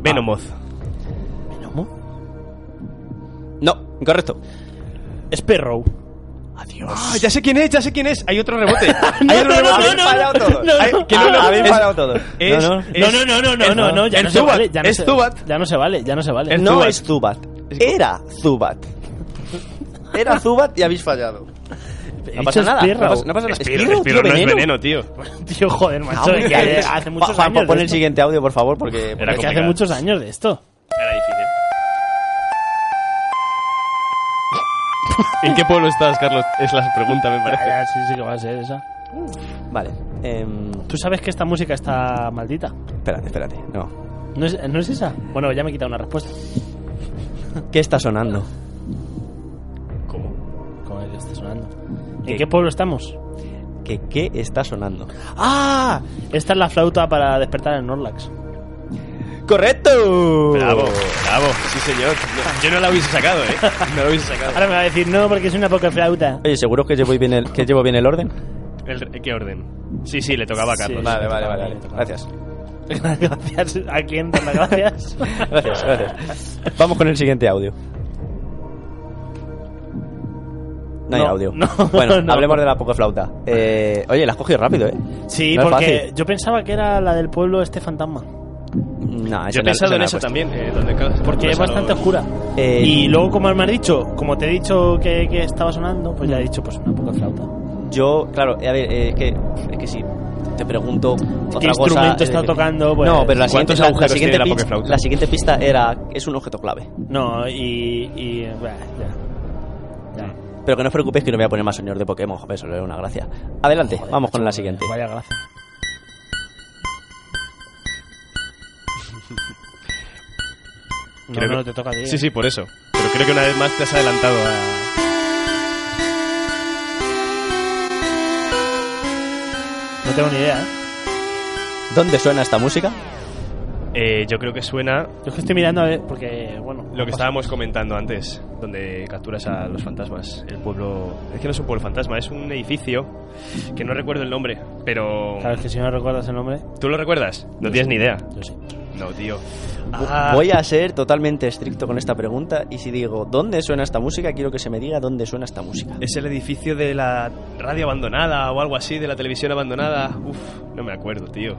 Speaker 4: Venomoth.
Speaker 1: ¿Venomo?
Speaker 2: No, incorrecto.
Speaker 1: Es Perro.
Speaker 4: Ah, ya sé quién es, ya sé quién es. Hay otro (laughs) rebote. Hay
Speaker 1: Ah, No,
Speaker 4: otro
Speaker 1: no, no,
Speaker 4: rebote.
Speaker 2: Habéis fallado todos.
Speaker 1: no, no.
Speaker 2: Ay, que no, Ah, no, habéis fallado todos.
Speaker 4: Es-
Speaker 2: no, no.
Speaker 1: No,
Speaker 4: es-
Speaker 1: no, no, no, no,
Speaker 4: es-
Speaker 1: no, no, ya
Speaker 4: es
Speaker 1: no se
Speaker 4: Zubat,
Speaker 1: vale. Ya no
Speaker 4: es
Speaker 1: se,
Speaker 4: Zubat.
Speaker 1: ya no se vale, ya no se vale.
Speaker 4: Es
Speaker 2: no
Speaker 4: Zubat.
Speaker 2: es Zubat. Era Zubat. Era Zubat y habéis fallado.
Speaker 1: He
Speaker 2: No pasa
Speaker 1: dicho
Speaker 2: nada.
Speaker 1: Spirro.
Speaker 2: No pasa, no pasa nada.
Speaker 4: Espirro,
Speaker 2: Spirro,
Speaker 4: Espirro
Speaker 2: tío,
Speaker 4: no es veneno, tío.
Speaker 1: Tío, joder, macho,
Speaker 2: Hombre,
Speaker 1: que
Speaker 2: que-
Speaker 1: hace muchos
Speaker 2: Juan,
Speaker 1: años.
Speaker 2: pon
Speaker 1: de
Speaker 2: el
Speaker 1: esto.
Speaker 2: siguiente audio, por favor, porque...
Speaker 4: Era
Speaker 1: Es que hace
Speaker 4: complicado.
Speaker 1: muchos años de esto.
Speaker 2: (laughs)
Speaker 4: Era difícil. ¿En qué pueblo estás, Carlos? Es la pregunta, me
Speaker 1: Ah,
Speaker 4: parece.
Speaker 1: ya, sí, sí que va a ser esa.
Speaker 2: Vale. em,
Speaker 1: Tú sabes que esta música está maldita.
Speaker 2: espérate, espérate. No.
Speaker 1: ¿No es, ¿No es esa? Bueno, ya me he quitado una respuesta.
Speaker 2: ¿Qué está sonando?
Speaker 4: ¿Cómo?
Speaker 1: Como el que está sonando.
Speaker 2: ¿Qué?
Speaker 1: ¿En qué pueblo estamos?
Speaker 2: ¿Qué, qué está sonando?
Speaker 1: ¡Ah! Esta es la flauta para despertar en Norlax.
Speaker 2: ¡Correcto!
Speaker 4: Bravo, bravo. Sí, señor. No, yo no la hubiese sacado, ¿eh? (laughs) No la hubiese sacado.
Speaker 1: Ahora me va a decir no porque es una poca flauta. (laughs)
Speaker 2: Oye, ¿seguro que llevo bien el, que llevo bien el orden?
Speaker 4: El- ¿Qué orden? Sí, sí, le tocaba a
Speaker 1: Sí.
Speaker 4: Carlos.
Speaker 1: Vale, vale, vale, vale.
Speaker 2: Gracias.
Speaker 1: gracias. ¿A quién dar las
Speaker 2: (laughs)
Speaker 1: gracias?
Speaker 2: Gracias, gracias. Vamos con el siguiente audio. No, hay
Speaker 1: No,
Speaker 2: audio.
Speaker 1: no,
Speaker 2: (laughs) bueno,
Speaker 1: (laughs) no.
Speaker 2: hablemos de la poca flauta. Eh, oye, la has cogido rápido, ¿eh?
Speaker 1: Sí,
Speaker 2: No es
Speaker 1: porque
Speaker 2: fácil.
Speaker 1: yo pensaba que era la del pueblo este fantasma.
Speaker 2: No, esa
Speaker 4: Yo he
Speaker 2: no-
Speaker 4: pensado
Speaker 2: esa
Speaker 4: en
Speaker 2: no
Speaker 4: eso
Speaker 2: la he
Speaker 4: también. eh, donde Carlos-
Speaker 1: Porque es
Speaker 4: Carlos
Speaker 1: bastante
Speaker 4: Alonso.
Speaker 1: oscura.
Speaker 2: Eh,
Speaker 1: y luego, como me has dicho, como te he dicho que, que estaba sonando, pues ya he dicho, pues una poca flauta.
Speaker 2: puesto. Yo, claro, eh, a ver, eh, es, que, es que si te pregunto otra
Speaker 1: ¿Qué
Speaker 2: cosa,
Speaker 1: instrumento
Speaker 2: es
Speaker 1: está
Speaker 2: difícil.
Speaker 1: tocando? Pues-
Speaker 2: no, pero la siguiente,
Speaker 4: ¿Cuántos
Speaker 2: la, la
Speaker 4: agujeros tiene
Speaker 2: siguiente
Speaker 4: la
Speaker 2: pista,
Speaker 4: Pokeflauta?
Speaker 2: la siguiente pista era... Es un objeto clave.
Speaker 1: No, y. y bah, ya. Ya.
Speaker 2: Pero que no os preocupéis que no voy a poner más señor de Pokémon. Joder, eso le da una gracia. Adelante,
Speaker 1: Joder,
Speaker 2: vamos con
Speaker 1: macho,
Speaker 2: la siguiente.
Speaker 1: Vaya gracia. No,
Speaker 4: Creo
Speaker 1: no,
Speaker 4: que-
Speaker 1: te toca a ti. ¿eh?
Speaker 4: Sí, sí, por eso. Pero creo que una vez más te has adelantado a...
Speaker 1: No tengo ni idea, ¿eh?
Speaker 2: ¿Dónde suena esta música?
Speaker 4: Eh, yo creo que suena
Speaker 1: Yo es que estoy mirando a ver, porque, bueno.
Speaker 4: lo que
Speaker 1: pues-
Speaker 4: estábamos comentando antes, donde capturas a los fantasmas. El pueblo... Es que no es un pueblo fantasma, es un edificio que no recuerdo el nombre, pero...
Speaker 1: Claro, es que si no recuerdas el nombre.
Speaker 4: ¿Tú lo recuerdas? No tienes ni idea.
Speaker 1: Yo sí.
Speaker 4: No, tío.
Speaker 1: Ah,
Speaker 2: Voy a ser totalmente estricto con esta pregunta y si digo dónde suena esta música, quiero que se me diga dónde suena esta música.
Speaker 4: Es el edificio de la radio abandonada o algo así, de la televisión abandonada. Uf, no me acuerdo, tío.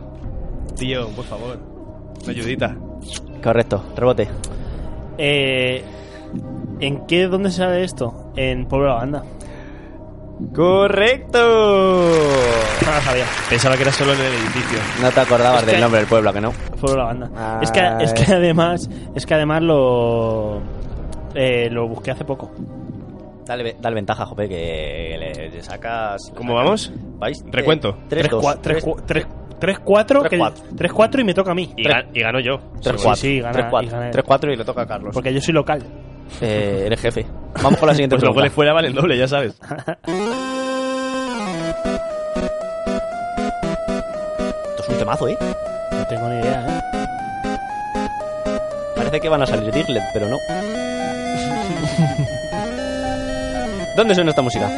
Speaker 4: Tío, por favor. Una ayudita.
Speaker 2: Correcto, rebote.
Speaker 1: eh, ¿En qué, dónde sale esto? En Pueblo de la Banda.
Speaker 2: ¡Correcto!
Speaker 1: (laughs) No lo sabía.
Speaker 4: Pensaba que era solo en el edificio.
Speaker 2: No te acordabas
Speaker 1: Es que-
Speaker 2: del nombre del pueblo, ¿a que no?
Speaker 1: Pueblo de la Banda.
Speaker 2: Ah,
Speaker 1: es, que, es que
Speaker 2: eh.
Speaker 1: además, es que además lo, eh, lo busqué hace poco.
Speaker 2: Dale, ve- dale ventaja, Jope, que le, le sacas...
Speaker 4: ¿Cómo vamos?
Speaker 2: ¿Vais? Eh,
Speaker 4: Recuento.
Speaker 2: 3,
Speaker 1: 3-4
Speaker 2: tres,
Speaker 1: 3-4
Speaker 2: cuatro.
Speaker 1: 3-4 y me toca a mí.
Speaker 4: Y,
Speaker 2: Tres.
Speaker 4: gan- y gano yo. Pues
Speaker 1: Sí, sí,
Speaker 2: 3, 4.
Speaker 1: gana-
Speaker 2: 3,
Speaker 1: y gana
Speaker 2: 4.
Speaker 1: él.
Speaker 2: 3, 4 y le toca a Carlos.
Speaker 1: Porque yo soy local.
Speaker 2: Eh, eres jefe. Vamos con la (laughs) siguiente
Speaker 4: Pues los goles
Speaker 2: pregunta.
Speaker 4: fuera valen doble, ya sabes.
Speaker 2: Esto es un temazo, ¿eh?
Speaker 1: No tengo ni idea, ¿eh?
Speaker 2: Parece que van a salir Diglett, pero (laughs) no. ¿Dónde suena esta música?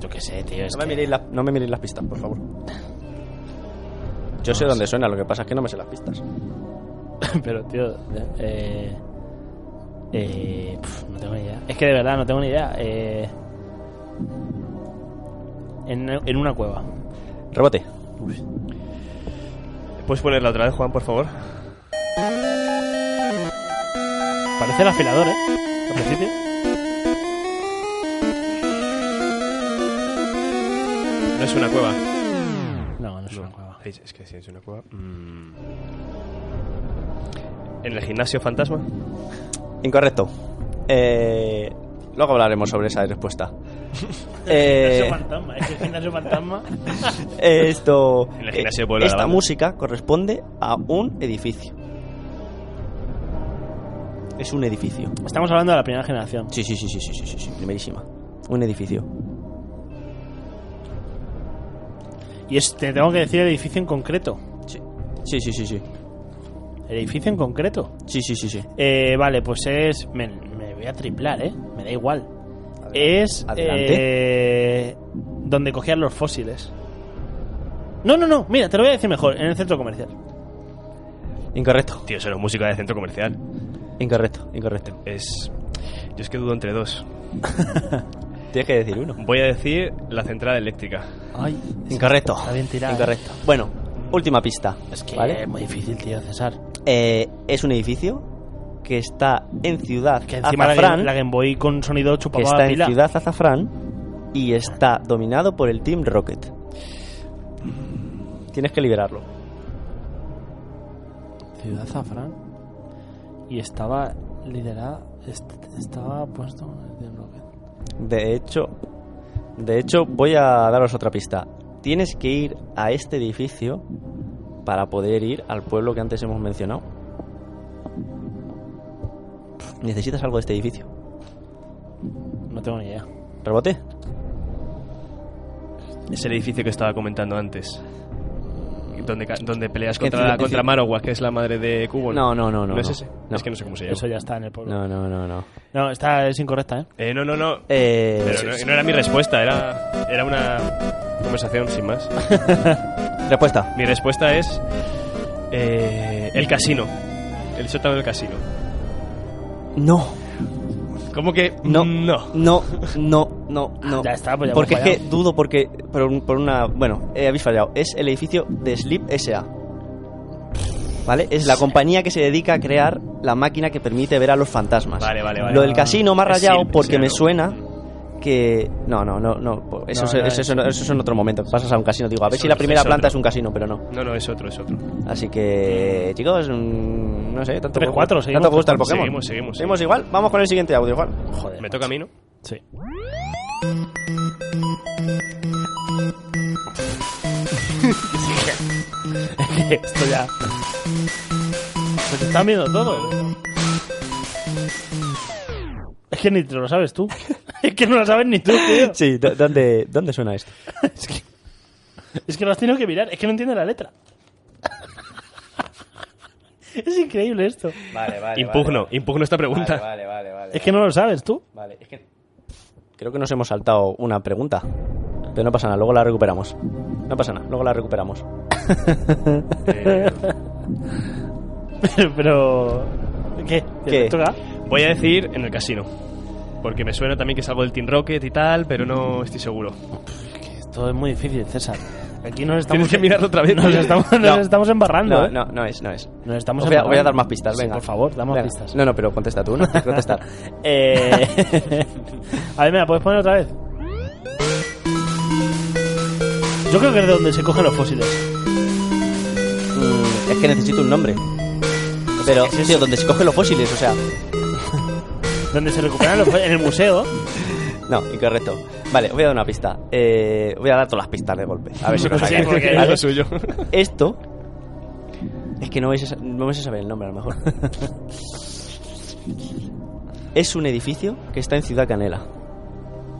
Speaker 1: Yo qué sé, tío. es
Speaker 2: No me,
Speaker 1: que-
Speaker 2: miréis la- no me miréis las pistas, por favor. Yo sé dónde suena, lo que pasa es que no me sé las pistas.
Speaker 1: (laughs) Pero, tío, eh, eh, pf, no tengo ni idea. Es que de verdad no tengo ni idea. Eh, en, en una cueva.
Speaker 2: Rebote.
Speaker 4: ¿Puedes ponerla otra vez, Juan, por favor?
Speaker 1: Parece el afilador, ¿eh? Al principio.
Speaker 4: No es una cueva.
Speaker 1: No, no es una cueva.
Speaker 4: Es, es que si es una cueva. mm. ¿En el gimnasio fantasma?
Speaker 2: Incorrecto. Eh, luego hablaremos sobre esa
Speaker 4: (laughs)
Speaker 2: respuesta. Eh,
Speaker 1: fantasma, es que el gimnasio fantasma.
Speaker 2: esto.
Speaker 4: En el gimnasio de Puebla de la
Speaker 2: esta
Speaker 4: Banda.
Speaker 2: música corresponde a un edificio. Es un edificio.
Speaker 1: Estamos hablando de la primera generación.
Speaker 2: Sí, sí, sí, sí, sí, sí, sí, sí, primerísima. Un edificio.
Speaker 1: Y es- te tengo que decir el edificio en concreto.
Speaker 2: Sí, sí, sí, sí, sí.
Speaker 1: El edificio en concreto.
Speaker 2: Sí, sí, sí, sí.
Speaker 1: Eh, vale, pues es. Me, me voy a triplar, ¿eh? Me da igual. Es. eh, donde cogían los fósiles. No, no, no. Mira, te lo voy a decir mejor. En el centro comercial.
Speaker 2: Incorrecto,
Speaker 4: Tío, eso era música de centro comercial.
Speaker 2: incorrecto, incorrecto.
Speaker 4: Es. Yo es que dudo entre dos.
Speaker 2: Tienes que decir uno.
Speaker 4: Voy a decir la central eléctrica.
Speaker 1: Ay,
Speaker 2: Incorrecto.
Speaker 1: Está bien eh. tirado.
Speaker 2: Incorrecto. Bueno, última pista.
Speaker 1: Es que
Speaker 2: ¿vale?
Speaker 1: es muy difícil, tío, César.
Speaker 2: Eh, es un edificio que está en ciudad
Speaker 1: Que encima la, Game-
Speaker 2: Azafrán,
Speaker 1: la Game Boy con sonido
Speaker 2: que
Speaker 1: chupaba
Speaker 2: está en
Speaker 1: pila.
Speaker 2: ciudad Azafrán y está dominado por el Team Rocket. Tienes que liberarlo.
Speaker 1: Ciudad Zafran. Y estaba liderada. est- estaba puesto. en Rocket.
Speaker 2: De hecho, de hecho voy a daros otra pista. Tienes que ir a este edificio para poder ir al pueblo que antes hemos mencionado. Necesitas algo de este edificio.
Speaker 1: No tengo ni idea.
Speaker 2: Rebote.
Speaker 4: Es el edificio que estaba comentando antes. Donde, ca- donde peleas
Speaker 2: En
Speaker 4: contra,
Speaker 2: ciudad- en
Speaker 4: contra
Speaker 2: ciudad-
Speaker 4: Marowak, que es la madre de Cubo.
Speaker 2: No, no, no, no,
Speaker 4: No es
Speaker 2: no.
Speaker 4: ese.
Speaker 2: No.
Speaker 4: Es que no sé cómo se llama.
Speaker 1: Eso ya está en el pueblo.
Speaker 2: No, no, no, no.
Speaker 1: No, esta es incorrecta, ¿eh?
Speaker 4: Eh, no, no, no.
Speaker 2: Eh,
Speaker 4: Pero no, no era mi respuesta, era, era una conversación sin más.
Speaker 2: Respuesta.
Speaker 4: Mi respuesta es eh, el casino. El sótano del casino.
Speaker 2: No,
Speaker 4: ¿Cómo que
Speaker 2: no,
Speaker 4: no?
Speaker 2: no, no, no, no.
Speaker 1: Ya está, pues ya
Speaker 2: porque es
Speaker 1: hemos
Speaker 2: que
Speaker 1: fallado.
Speaker 2: dudo porque por, un- por una, bueno, eh, habéis fallado. Es el edificio de Sleep SA. ¿Vale? Es la compañía que se dedica a crear la máquina que permite ver a los fantasmas.
Speaker 4: Vale, vale, vale.
Speaker 2: Lo del casino me ha
Speaker 4: Es
Speaker 2: rayado
Speaker 4: Sleep
Speaker 2: porque
Speaker 4: SA,
Speaker 2: me
Speaker 4: ¿no?
Speaker 2: suena que no, no, no, no, eso,
Speaker 1: No,
Speaker 2: es,
Speaker 1: no,
Speaker 2: eso,
Speaker 1: eso-
Speaker 2: eso- eso es en otro momento. Pasas a un casino, digo, a ver
Speaker 4: Eso
Speaker 2: si la
Speaker 4: es-
Speaker 2: primera
Speaker 4: eso
Speaker 2: planta
Speaker 4: no.
Speaker 2: es un casino, pero no.
Speaker 4: No, no, es otro, es otro.
Speaker 2: Así que, chicos, mm, no sé, tanto,
Speaker 1: Tres, cuatro, seguimos.
Speaker 2: tanto gusta el Pokémon.
Speaker 4: Seguimos, seguimos,
Speaker 2: Seguimos igual, vamos con el siguiente audio, Juan.
Speaker 1: Joder.
Speaker 4: Me toca a mí, ¿no?
Speaker 1: Sí. Es que (laughs) Esto ya. Se te está viendo todo. ¿eh? Es que ni te lo sabes
Speaker 2: (laughs)
Speaker 1: tú. Es que no lo sabes ni tú, tío.
Speaker 2: (laughs) Sí, ¿dó- ¿dónde, ¿dónde suena esto?
Speaker 1: Es que, es que lo has tenido que mirar. Es que no entiende la
Speaker 2: (laughs)
Speaker 1: letra. Es increíble esto.
Speaker 2: Vale, vale.
Speaker 4: impugno, impugno esta pregunta.
Speaker 2: Vale, vale, vale.
Speaker 1: Es que no lo sabes tú.
Speaker 2: Vale, es que... Creo que nos hemos saltado una pregunta. Pero no pasa nada, luego la recuperamos. No pasa nada, luego la recuperamos.
Speaker 4: Eh,
Speaker 1: (laughs) Pero. ¿Qué? ¿Te
Speaker 2: ¿Qué?
Speaker 1: toca?
Speaker 4: (laughs) voy a decir en el casino. Porque me suena también que es algo del Team Rocket y tal, pero no estoy seguro.
Speaker 1: Esto es muy difícil, César. Aquí nos estamos.
Speaker 4: Tienes que mirarlo otra
Speaker 2: (laughs)
Speaker 4: vez.
Speaker 1: Nos estamos, nos
Speaker 2: No.
Speaker 1: estamos embarrando.
Speaker 2: No,
Speaker 1: ¿eh?
Speaker 2: no, no es, no es.
Speaker 1: Nos estamos
Speaker 2: Os voy, a, voy a
Speaker 1: embarrando.
Speaker 2: dar más pistas,
Speaker 1: Sí,
Speaker 2: venga.
Speaker 1: por favor, damos
Speaker 2: Venga.
Speaker 1: pistas.
Speaker 2: No, no, pero contesta tú, no tienes que contestar. (laughs)
Speaker 1: Eh... (laughs) a ver, ¿me la puedes poner otra vez? Yo creo que es de donde se cogen los fósiles.
Speaker 2: Mm, es que necesito un nombre. Pero,
Speaker 1: ¿qué es
Speaker 2: tío,
Speaker 1: eso?
Speaker 2: donde se cogen los fósiles, o sea.
Speaker 1: Donde se recuperan los fósiles. En el museo.
Speaker 2: No, incorrecto. Vale, voy a dar una pista. Eh, voy a dar todas las pistas de golpe. A ver (laughs) si lo
Speaker 1: Sí,
Speaker 2: sacáis.
Speaker 1: porque-
Speaker 2: ¿Vale?
Speaker 4: es lo suyo.
Speaker 2: Esto. Es que no vais a, sa- no vais a saber el nombre, a lo mejor. (laughs) es un edificio que está en Ciudad Canela.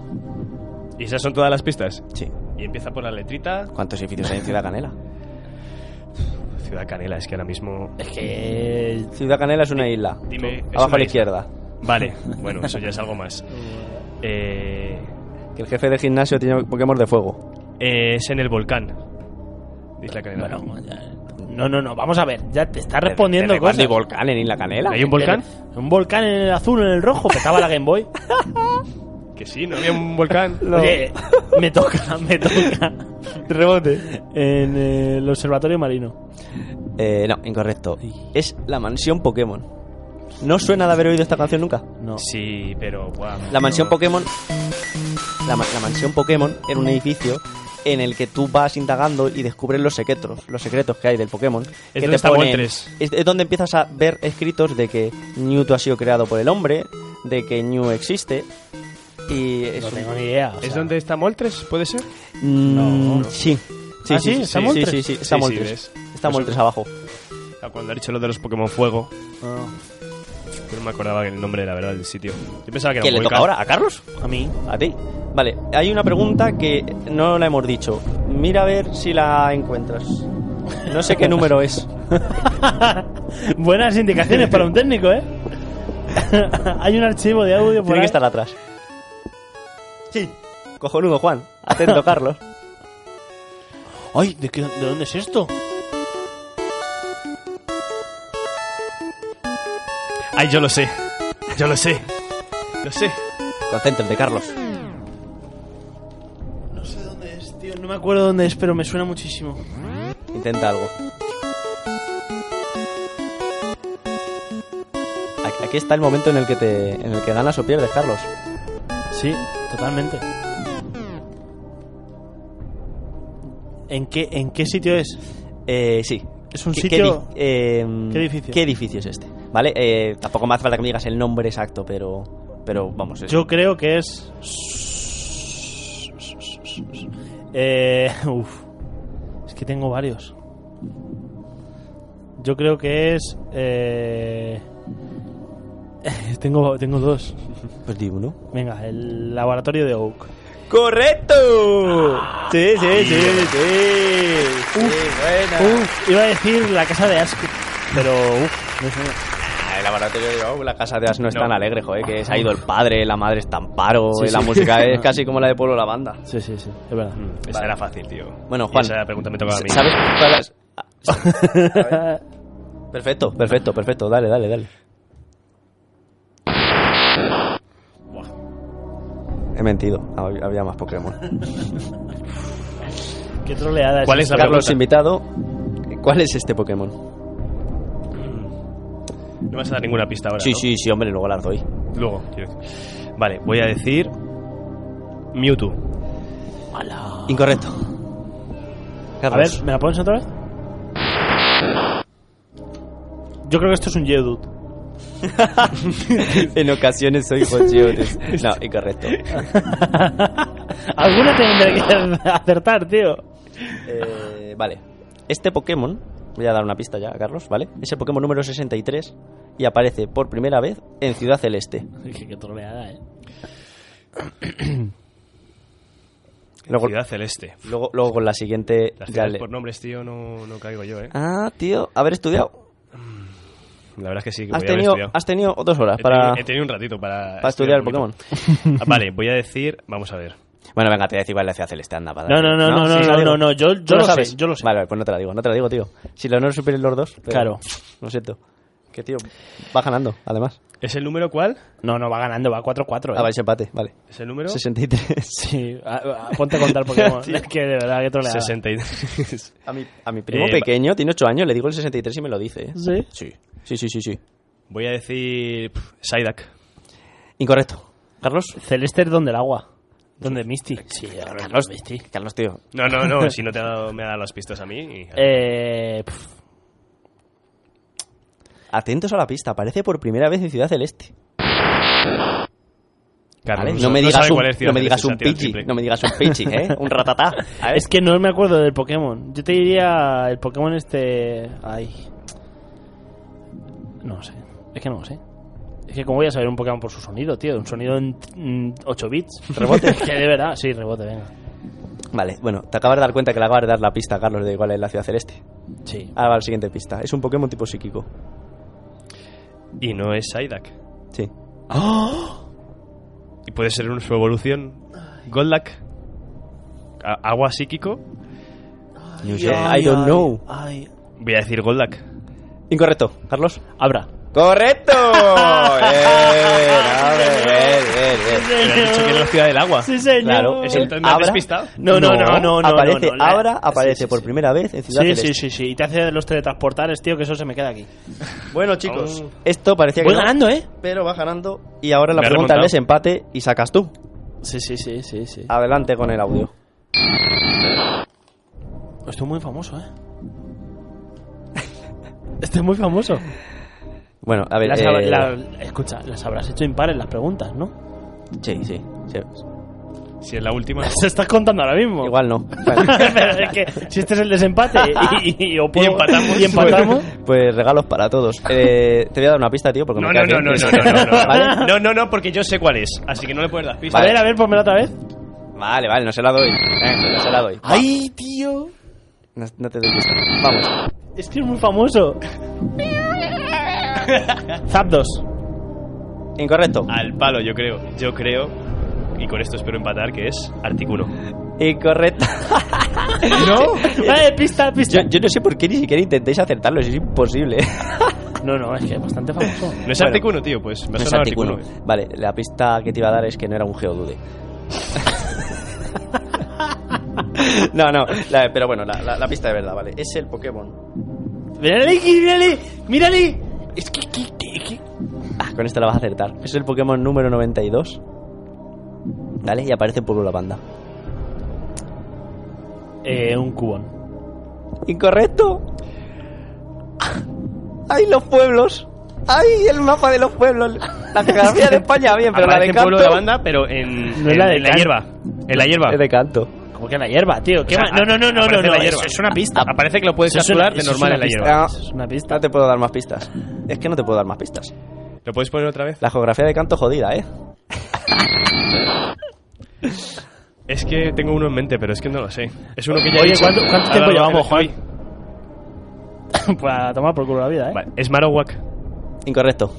Speaker 4: (laughs) ¿Y esas son todas las pistas?
Speaker 2: Sí.
Speaker 4: Y empieza por la letrita.
Speaker 2: ¿Cuántos edificios hay en Ciudad (laughs) Canela?
Speaker 4: Ciudad Canela, es que ahora mismo.
Speaker 1: Es que.
Speaker 2: Ciudad Canela es una isla.
Speaker 4: Eh, dime, es
Speaker 2: Abajo
Speaker 4: una
Speaker 2: a la
Speaker 4: isla.
Speaker 2: izquierda.
Speaker 4: Vale, bueno, eso ya es
Speaker 1: (laughs)
Speaker 4: algo más. Eh,
Speaker 2: Que el jefe del gimnasio tiene Pokémon de fuego.
Speaker 4: eh, es en el volcán. Isla Canela.
Speaker 1: Bueno, ya- no, no, no. Vamos a ver. Ya te está respondiendo
Speaker 2: ¿Desde
Speaker 1: cosas.
Speaker 2: cuándo hay volcán en Isla Canela?
Speaker 4: ¿Hay un volcán?
Speaker 1: Un volcán en el azul, en el rojo. Petaba la Game Boy.
Speaker 4: (laughs) Que sí, no había un
Speaker 1: (laughs)
Speaker 4: volcán.
Speaker 1: Oye, me toca, (laughs) me toca. Rebote. En eh, el observatorio marino.
Speaker 2: Eh, no, incorrecto. Es la mansión Pokémon. ¿No suena de haber oído esta canción nunca?
Speaker 1: No.
Speaker 4: Sí, pero. guau,
Speaker 2: La mansión
Speaker 4: no.
Speaker 2: Pokémon. La, ma- la mansión Pokémon era un edificio en el que tú vas indagando y descubres los secretos, los secretos que hay del Pokémon. que
Speaker 4: donde está
Speaker 2: ponen-
Speaker 4: Moltres.
Speaker 2: es, es donde empiezas a ver escritos de que Mewtwo ha sido creado por el hombre, de que New existe. Y es
Speaker 1: No
Speaker 2: un-
Speaker 1: tengo ni idea. o
Speaker 4: ¿Es
Speaker 1: sea,
Speaker 4: donde está Moltres? ¿Puede ser?
Speaker 2: Mm,
Speaker 1: No.
Speaker 2: Sí. Sí,
Speaker 1: ¿Ah, sí?
Speaker 2: sí, sí,
Speaker 1: ¿Está
Speaker 2: sí,
Speaker 1: Moltres?
Speaker 2: sí, sí, está
Speaker 4: Sí, sí,
Speaker 2: Moltres.
Speaker 4: ves.
Speaker 2: Está Moltres abajo.
Speaker 4: Ah, Cuando ha dicho lo de los Pokémon Fuego.
Speaker 1: ah,
Speaker 4: Yo no me acordaba el nombre, la verdad, del sitio. Yo pensaba que era
Speaker 2: ¿Quién
Speaker 4: un
Speaker 2: le toca
Speaker 4: volcán.
Speaker 2: ahora? ¿A Carlos?
Speaker 1: a mí.
Speaker 2: A ti. Vale, hay una pregunta que no la hemos dicho. Mira a ver si la encuentras. No sé qué número es.
Speaker 1: (laughs) Buenas indicaciones para un técnico, ¿eh? (laughs) Hay un archivo de audio por
Speaker 2: Tiene que
Speaker 1: ahí.
Speaker 2: estar atrás. Sí. Cojonudo, Juan. (laughs) Atento, Carlos.
Speaker 1: Ay, ¿de, qué- de dónde es esto?
Speaker 4: Ay, yo lo sé. Yo lo sé. Lo sé.
Speaker 2: Concéntrate, Carlos.
Speaker 1: No sé dónde es, tío. No me acuerdo dónde es, pero me suena muchísimo.
Speaker 2: Intenta algo. Aquí- Aquí está el momento en el que te, en el que ganas o pierdes, Carlos.
Speaker 1: Sí, totalmente. ¿En qué, ¿En qué sitio es?
Speaker 2: Eh, sí.
Speaker 1: Es un
Speaker 2: ¿Qué-
Speaker 1: sitio-
Speaker 2: qué, di- eh,
Speaker 1: ¿Qué edificio?
Speaker 2: ¿Qué edificio es este? Vale, eh, tampoco me hace falta que me digas el nombre exacto, pero, pero vamos. es-
Speaker 1: Yo creo que es. Eh, (laughs) uf. Es que tengo varios. Yo creo que es. Eh... (laughs) tengo, tengo dos.
Speaker 2: Pues di uno.
Speaker 1: Venga, el laboratorio de Oak.
Speaker 2: ¡Correcto! Sí, sí, sí, sí. Ah. Sí, buena.
Speaker 1: Uf, iba a decir la casa de Ask, pero uf, no sé.
Speaker 2: Ah, El laboratorio de Oak, la casa de As no es
Speaker 4: No.
Speaker 2: tan alegre, joder, que se ha ido el padre, la madre está en paro,
Speaker 1: Sí,
Speaker 2: y la
Speaker 1: sí.
Speaker 2: música (laughs) es casi como la de Pueblo Lavanda.
Speaker 1: Sí, sí, sí, es verdad.
Speaker 4: Esa era fácil, tío.
Speaker 2: Bueno, Juan.
Speaker 4: Esa pregunta me tocaba a mí.
Speaker 2: ¿Sabes? cuál
Speaker 4: (laughs)
Speaker 2: es? Ah, Perfecto, perfecto, perfecto, dale, dale, dale. He mentido, hab- había más (laughs) Pokémon.
Speaker 1: Qué troleada
Speaker 4: ¿Cuál es
Speaker 1: esta.
Speaker 4: la
Speaker 2: Carlos
Speaker 4: pregunta?
Speaker 2: invitado, ¿cuál es este Pokémon?
Speaker 4: No vas a dar ninguna pista ahora.
Speaker 2: Sí,
Speaker 4: ¿no?
Speaker 2: sí, sí, hombre, luego las doy.
Speaker 4: Luego. quiero- Vale, voy a decir. Mewtwo.
Speaker 2: Incorrecto.
Speaker 1: A ver, ¿me la pones otra vez? Yo creo que esto es un Geodude.
Speaker 2: (laughs) en ocasiones soy
Speaker 4: (laughs)
Speaker 2: Pochiotes. No, incorrecto.
Speaker 1: (laughs) Alguna tendré que (laughs) acertar, tío.
Speaker 2: Eh, vale. Este Pokémon, voy a dar una pista ya a Carlos, ¿vale? Es el Pokémon número 63 y aparece por primera vez en Ciudad Celeste.
Speaker 1: Qué, qué troleada, eh.
Speaker 2: Luego,
Speaker 4: Ciudad Celeste.
Speaker 2: luego, luego con la siguiente...
Speaker 4: Las
Speaker 2: ya
Speaker 4: ciudades
Speaker 2: le-
Speaker 4: por nombres, tío, no, no caigo yo, eh.
Speaker 2: Ah, tío, haber estudiado.
Speaker 4: La verdad es que sí, que
Speaker 2: Has
Speaker 4: podía haber
Speaker 2: tenido,
Speaker 4: estudiado.
Speaker 2: has tenido dos horas
Speaker 4: He,
Speaker 2: para,
Speaker 4: tenido, he tenido un ratito para.
Speaker 2: para estudiar el
Speaker 4: un poquito.
Speaker 2: Pokémon.
Speaker 4: (laughs) Ah, vale, voy a decir. Vamos a ver.
Speaker 2: Bueno, venga, te voy a decir cuál es la Ciudad Celeste, anda. para
Speaker 1: No,
Speaker 2: darle.
Speaker 1: no, no, no,
Speaker 2: Sí,
Speaker 1: no,
Speaker 2: sí,
Speaker 1: no,
Speaker 2: lo digo.
Speaker 1: no, no, yo- yo
Speaker 2: Tú
Speaker 1: lo sé, yo lo sé.
Speaker 2: Vale, vale, pues no te la digo, no te la digo, tío. Si lo honor superior los dos... pero-
Speaker 1: Claro.
Speaker 2: Lo siento. Que tío, va ganando, además.
Speaker 4: ¿Es el número cuál?
Speaker 1: No, no, va ganando, va 4-4. ¿eh?
Speaker 2: Ah, vais empate, vale.
Speaker 4: ¿Es el número?
Speaker 2: 63.
Speaker 1: (laughs) Sí, a- a- ponte a contar (laughs) Pokémon.
Speaker 4: Tío.
Speaker 1: es que de verdad que troleada.
Speaker 4: 63.
Speaker 2: A mi, a mi primo
Speaker 4: Eh,
Speaker 2: pequeño, tiene 8 años, le digo el 63 y me lo dice. ¿eh?
Speaker 1: ¿Sí?
Speaker 2: Sí. Sí, sí, sí, sí.
Speaker 4: (laughs) Voy a decir. pff, Psyduck.
Speaker 2: Incorrecto. Carlos.
Speaker 1: Celeste es donde el agua. Donde Misty. Sí,
Speaker 2: Carlos, Carlos, tío.
Speaker 4: No, no, no. si no te ha dado, me ha dado las pistas a mí.
Speaker 1: Eh, pf,
Speaker 2: Atentos a la pista, aparece por primera vez en Ciudad Celeste.
Speaker 4: Carlos,
Speaker 2: ¿vale? No me digas
Speaker 4: sabe
Speaker 2: un,
Speaker 4: cuál es, tío,
Speaker 2: no me
Speaker 4: hacer
Speaker 2: digas
Speaker 4: ese
Speaker 2: un
Speaker 4: tiro al
Speaker 2: pichi,
Speaker 4: triple.
Speaker 2: no me digas un pichi,
Speaker 4: (laughs)
Speaker 2: ¿eh? Un ratatá. A ver.
Speaker 1: es que no me acuerdo del Pokémon. Yo te diría el Pokémon este. Ay. No lo sé. Es que no lo sé. Es que, como voy a saber un Pokémon por su sonido, tío? Un sonido en mm, 8 bits. Rebote. Es que de verdad. Sí, rebote, venga.
Speaker 2: Vale, bueno, te acabas de dar cuenta que le acabas de dar la pista, Carlos, de cuál es la Ciudad Celeste.
Speaker 1: Sí.
Speaker 2: Ahora va la siguiente pista. Es un Pokémon tipo psíquico.
Speaker 4: Y no es Psyduck.
Speaker 2: Sí.
Speaker 4: Y puede ser un- su evolución. Golduck. A- Agua psíquico.
Speaker 2: You say, I don't know.
Speaker 1: Ay.
Speaker 4: Voy a decir Golduck.
Speaker 2: Incorrecto, Carlos.
Speaker 1: Abra. (laughs)
Speaker 2: ¡Correcto! bien, bien, bien, bien.
Speaker 4: Pero has dicho que es la ciudad del agua.
Speaker 1: Sí, señor.
Speaker 2: Claro,
Speaker 4: Es un
Speaker 2: El
Speaker 4: me has
Speaker 2: Abra-
Speaker 4: despistado.
Speaker 1: No, no, no, no, no,
Speaker 2: Aparece,
Speaker 1: no, no, la-
Speaker 2: Abra
Speaker 1: sí,
Speaker 2: aparece
Speaker 1: sí,
Speaker 2: por
Speaker 1: sí.
Speaker 2: primera vez en Ciudad este.
Speaker 1: Sí,
Speaker 2: Celeste.
Speaker 1: sí, sí, sí. Y te hace los teletransportares, tío, que eso se me queda aquí.
Speaker 2: Bueno,
Speaker 4: chicos, Oh.
Speaker 2: esto parecía que
Speaker 1: Voy
Speaker 2: no,
Speaker 1: ganando, ¿eh?
Speaker 2: pero va ganando. Y ahora la
Speaker 4: Me ha
Speaker 2: pregunta
Speaker 4: remontado.
Speaker 2: es empate y sacas tú.
Speaker 1: Sí, sí, sí, sí, sí.
Speaker 2: Adelante con el audio.
Speaker 1: Estoy muy famoso, ¿eh? (laughs) Estoy muy famoso.
Speaker 4: Eh,
Speaker 2: Bueno, a ver.
Speaker 1: Las
Speaker 2: eh,
Speaker 1: hab- la- escucha, las habrás hecho impares las preguntas,
Speaker 4: (laughs)
Speaker 1: ¿no?
Speaker 2: Sí, sí. sí.
Speaker 4: Si es la
Speaker 2: (laughs)
Speaker 4: última.
Speaker 1: Se estás contando ahora mismo.
Speaker 2: Igual no. Bueno.
Speaker 1: (laughs) Pero es que si este es el desempate
Speaker 4: (laughs)
Speaker 1: y, y- y- o puedo-
Speaker 4: empatamos.
Speaker 1: y
Speaker 4: (laughs)
Speaker 1: empatamos.
Speaker 2: Pues regalos para todos. Eh, te voy a dar una pista, tío, porque
Speaker 4: No,
Speaker 2: me
Speaker 4: no,
Speaker 2: cae
Speaker 4: no,
Speaker 2: que-
Speaker 4: no,
Speaker 2: (laughs)
Speaker 4: no, no, (laughs) no, no.
Speaker 2: ¿Vale?
Speaker 4: No, no, no, porque yo sé cuál es. Así que no le puedes dar pistas.
Speaker 1: A ver, a ver, ponmela otra vez.
Speaker 2: Vale, vale, no se la doy. Eh, no se la doy.
Speaker 1: ¡Ay, tío!
Speaker 2: No, no te doy pista. Vamos.
Speaker 1: Es que es muy famoso. (laughs) Zapdos.
Speaker 2: Incorrecto.
Speaker 4: Al palo, yo creo. Yo creo. Y con esto espero empatar, que es Articuno.
Speaker 2: Incorrecto.
Speaker 1: ¿No?
Speaker 2: (laughs)
Speaker 1: Vale, pista,
Speaker 2: Yo,
Speaker 1: pista.
Speaker 2: yo no sé por qué ni siquiera intentéis acertarlo, es (laughs) imposible.
Speaker 1: No, no, es que es bastante famoso.
Speaker 4: ¿No es
Speaker 2: Bueno.
Speaker 4: Articuno, tío? Pues me ha
Speaker 2: No es
Speaker 4: sonado
Speaker 2: Articuno.
Speaker 4: Articuno.
Speaker 2: Vale, la pista que te iba a dar es que no era un (laughs) Geodude. no, no, la- pero bueno, la, la- la pista de verdad, vale. Es el Pokémon.
Speaker 1: ¡Mírale, Iki, mírale! ¡Mírale! Es que, que, que- que-
Speaker 2: Ah, con esta la vas a acertar. Es el Pokémon número 92. Vale, y aparece por la banda.
Speaker 1: Eh, un cubón.
Speaker 2: ¡Incorrecto! ¡Ay, los pueblos! ¡Ay, el mapa de los pueblos! La geografía de España, bien, pero la
Speaker 4: Aparece
Speaker 2: de
Speaker 4: en Pueblo
Speaker 2: Canto...
Speaker 4: de la Banda, pero en,
Speaker 1: No es
Speaker 4: en-
Speaker 1: la de
Speaker 4: en la
Speaker 1: Can-
Speaker 4: hierba. En la hierba.
Speaker 2: Es de Canto.
Speaker 1: Como que la hierba, tío. ¿Qué
Speaker 4: O sea,
Speaker 1: más? No, no, no, no, no,
Speaker 4: aparece
Speaker 1: no.
Speaker 4: la hierba.
Speaker 1: Eso es una pista.
Speaker 4: Aparece que lo puedes
Speaker 1: Eso es una-
Speaker 4: capturar de
Speaker 1: eso es
Speaker 4: normal
Speaker 1: una
Speaker 4: en la
Speaker 1: pista.
Speaker 4: hierba.
Speaker 2: Ah,
Speaker 1: Eso es una pista.
Speaker 2: No te puedo dar más pistas. Es que no te puedo dar más pistas.
Speaker 4: ¿Lo puedes poner otra vez?
Speaker 2: La geografía de Canto jodida, ¿eh?
Speaker 4: Es que tengo uno en mente, pero es que no lo sé. Es uno que ya he
Speaker 1: Oye,
Speaker 4: dicho.
Speaker 1: ¿cuánto, cuánto
Speaker 4: Ah,
Speaker 1: tiempo
Speaker 4: vale,
Speaker 1: llevamos,
Speaker 4: vale,
Speaker 1: Juan? (laughs) Para tomar por culo la vida, ¿eh?
Speaker 4: Vale, es Marowak.
Speaker 2: Incorrecto.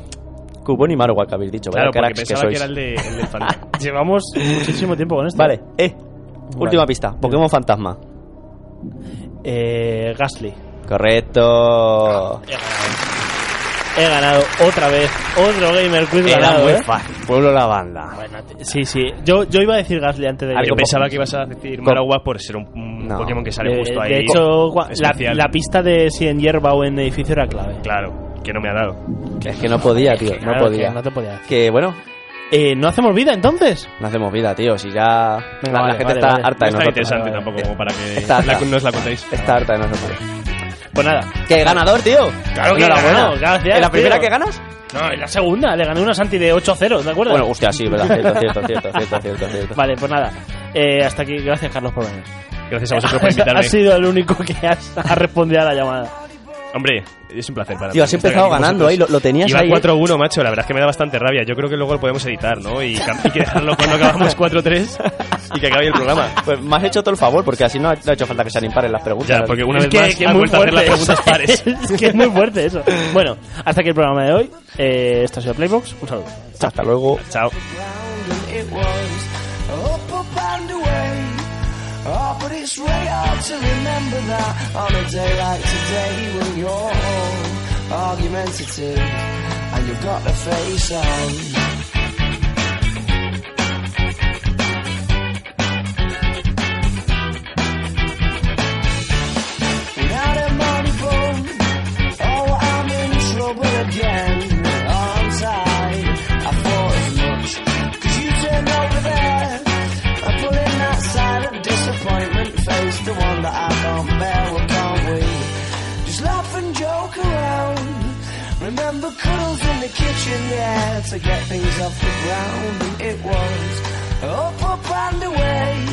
Speaker 2: Cubón y Marowak habéis dicho,
Speaker 4: Claro,
Speaker 2: ¿verdad?
Speaker 4: porque pensaba que, era el de, el
Speaker 1: (laughs)
Speaker 4: de Fanta.
Speaker 1: Llevamos muchísimo tiempo con esto.
Speaker 2: Vale, eh. Última
Speaker 1: Vale.
Speaker 2: pista. Pokémon fantasma.
Speaker 1: Eh, Gasly.
Speaker 2: Correcto.
Speaker 1: He ganado otra vez. Otro Gamer Quiz
Speaker 2: Era
Speaker 1: ganado,
Speaker 2: muy
Speaker 1: ¿eh?
Speaker 2: fácil. Pueblo la banda.
Speaker 1: Bueno, te- sí, sí. Yo, yo iba a decir Gasly antes de...
Speaker 2: Algo
Speaker 4: Yo
Speaker 2: Algo
Speaker 4: pensaba que ibas a decir Marowak por ser un, un
Speaker 2: No.
Speaker 4: Pokémon que sale
Speaker 1: Eh,
Speaker 4: justo ahí.
Speaker 1: De hecho, gua- la,
Speaker 4: especial.
Speaker 1: la pista de si en hierba o en edificio era clave.
Speaker 4: Claro, que no me ha dado.
Speaker 2: Es que no podía, tío. No
Speaker 1: Claro, que
Speaker 2: podía.
Speaker 1: No te podía.
Speaker 2: Que bueno,
Speaker 1: Eh, ¿No hacemos vida entonces?
Speaker 2: no hacemos vida, tío. Si ya. La, la
Speaker 1: vale,
Speaker 2: gente
Speaker 1: vale,
Speaker 2: está
Speaker 1: vale.
Speaker 2: harta
Speaker 4: No
Speaker 2: de
Speaker 4: está
Speaker 2: nosotros.
Speaker 4: interesante
Speaker 1: Vale,
Speaker 4: tampoco como para que
Speaker 2: Está
Speaker 4: la-
Speaker 2: harta.
Speaker 4: nos
Speaker 1: (laughs)
Speaker 4: la contéis.
Speaker 2: Está harta de nosotros.
Speaker 1: Pues nada.
Speaker 2: ¡Qué ganador, tío!
Speaker 1: Claro que
Speaker 2: Enhorabuena.
Speaker 1: ganado, gracias,
Speaker 2: ¿Es la primera
Speaker 1: tío.
Speaker 2: que ganas?
Speaker 1: No, en la segunda. Le gané una Santi de 8-0, ¿te acuerdas?
Speaker 2: Bueno, hostia, sí, verdad. Cierto, cierto, cierto, cierto, cierto, cierto.
Speaker 1: Vale, pues nada. Eh, hasta aquí. Gracias, Carlos, por venir.
Speaker 4: Gracias
Speaker 1: (laughs)
Speaker 4: a
Speaker 1: Ah,
Speaker 4: vosotros por Pues invitarme.
Speaker 1: Has sido el único que has, ha respondido a la llamada.
Speaker 4: Hombre, es un placer para
Speaker 2: Tío,
Speaker 4: mí
Speaker 2: has
Speaker 4: estar
Speaker 2: empezado
Speaker 4: aquí con
Speaker 2: ganando
Speaker 1: eh,
Speaker 2: ahí, lo,
Speaker 4: vosotros.
Speaker 2: lo tenías
Speaker 4: Iba
Speaker 2: ahí.
Speaker 4: 4-1, macho, la verdad es que me da bastante rabia. Yo creo que luego lo podemos editar, ¿no? Y, cam- y que dejarlo cuando acabamos 4-3 y que acabe el programa.
Speaker 2: Pues me has hecho todo el favor, porque así no ha, no ha hecho falta que sean impares las preguntas.
Speaker 4: Ya, porque una
Speaker 1: es
Speaker 4: vez
Speaker 1: que,
Speaker 4: más
Speaker 1: que
Speaker 4: has
Speaker 1: muy
Speaker 4: vuelto a hacer las
Speaker 1: fuerte (laughs)
Speaker 4: preguntas
Speaker 1: eso.
Speaker 4: pares.
Speaker 1: es que es muy fuerte eso. Bueno, hasta aquí el programa de hoy. Eh, esto ha sido Playbox. Un saludo.
Speaker 2: Hasta luego.
Speaker 4: Chao.
Speaker 5: ground and it was up, up and away. Oh, but it's way hard to remember that on a day like today when you're home. argumentative, and you've got a face on. Without a moneyful, oh, I'm in trouble again. Arms high, I thought as much. 'Cause you turned over there, I'm pulling that silent disappointment face, the one that I can't bear. Well, can't we just laugh and joke around? Remember cuddles in the kitchen, yeah, to get things off the ground. And it was up, up and away.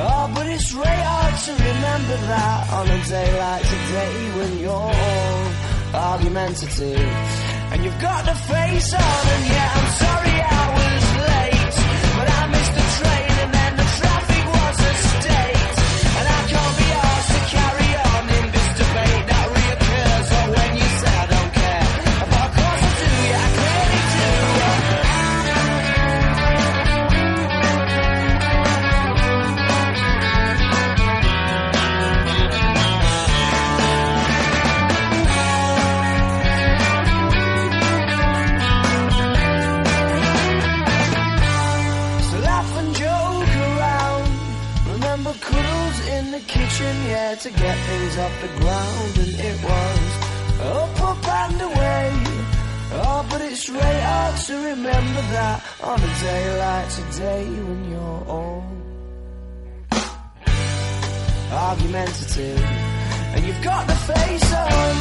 Speaker 5: Oh, but it's really hard to remember that on a day like today when you're all argumentative and you've got the face on and yeah, I'm sorry I was late, but I missed the train and then the traffic was a state and I can't be asked to carry on in this debate that reoccurs or when you say I don't care. But of course I do, yeah, I clearly do. So laugh and joke around. Remember cuddles in the kitchen, yeah, to get things off the ground. And it was up, up and away. Oh, but it's really hard to remember that on a day like today when you're all argumentative and you've got the face on.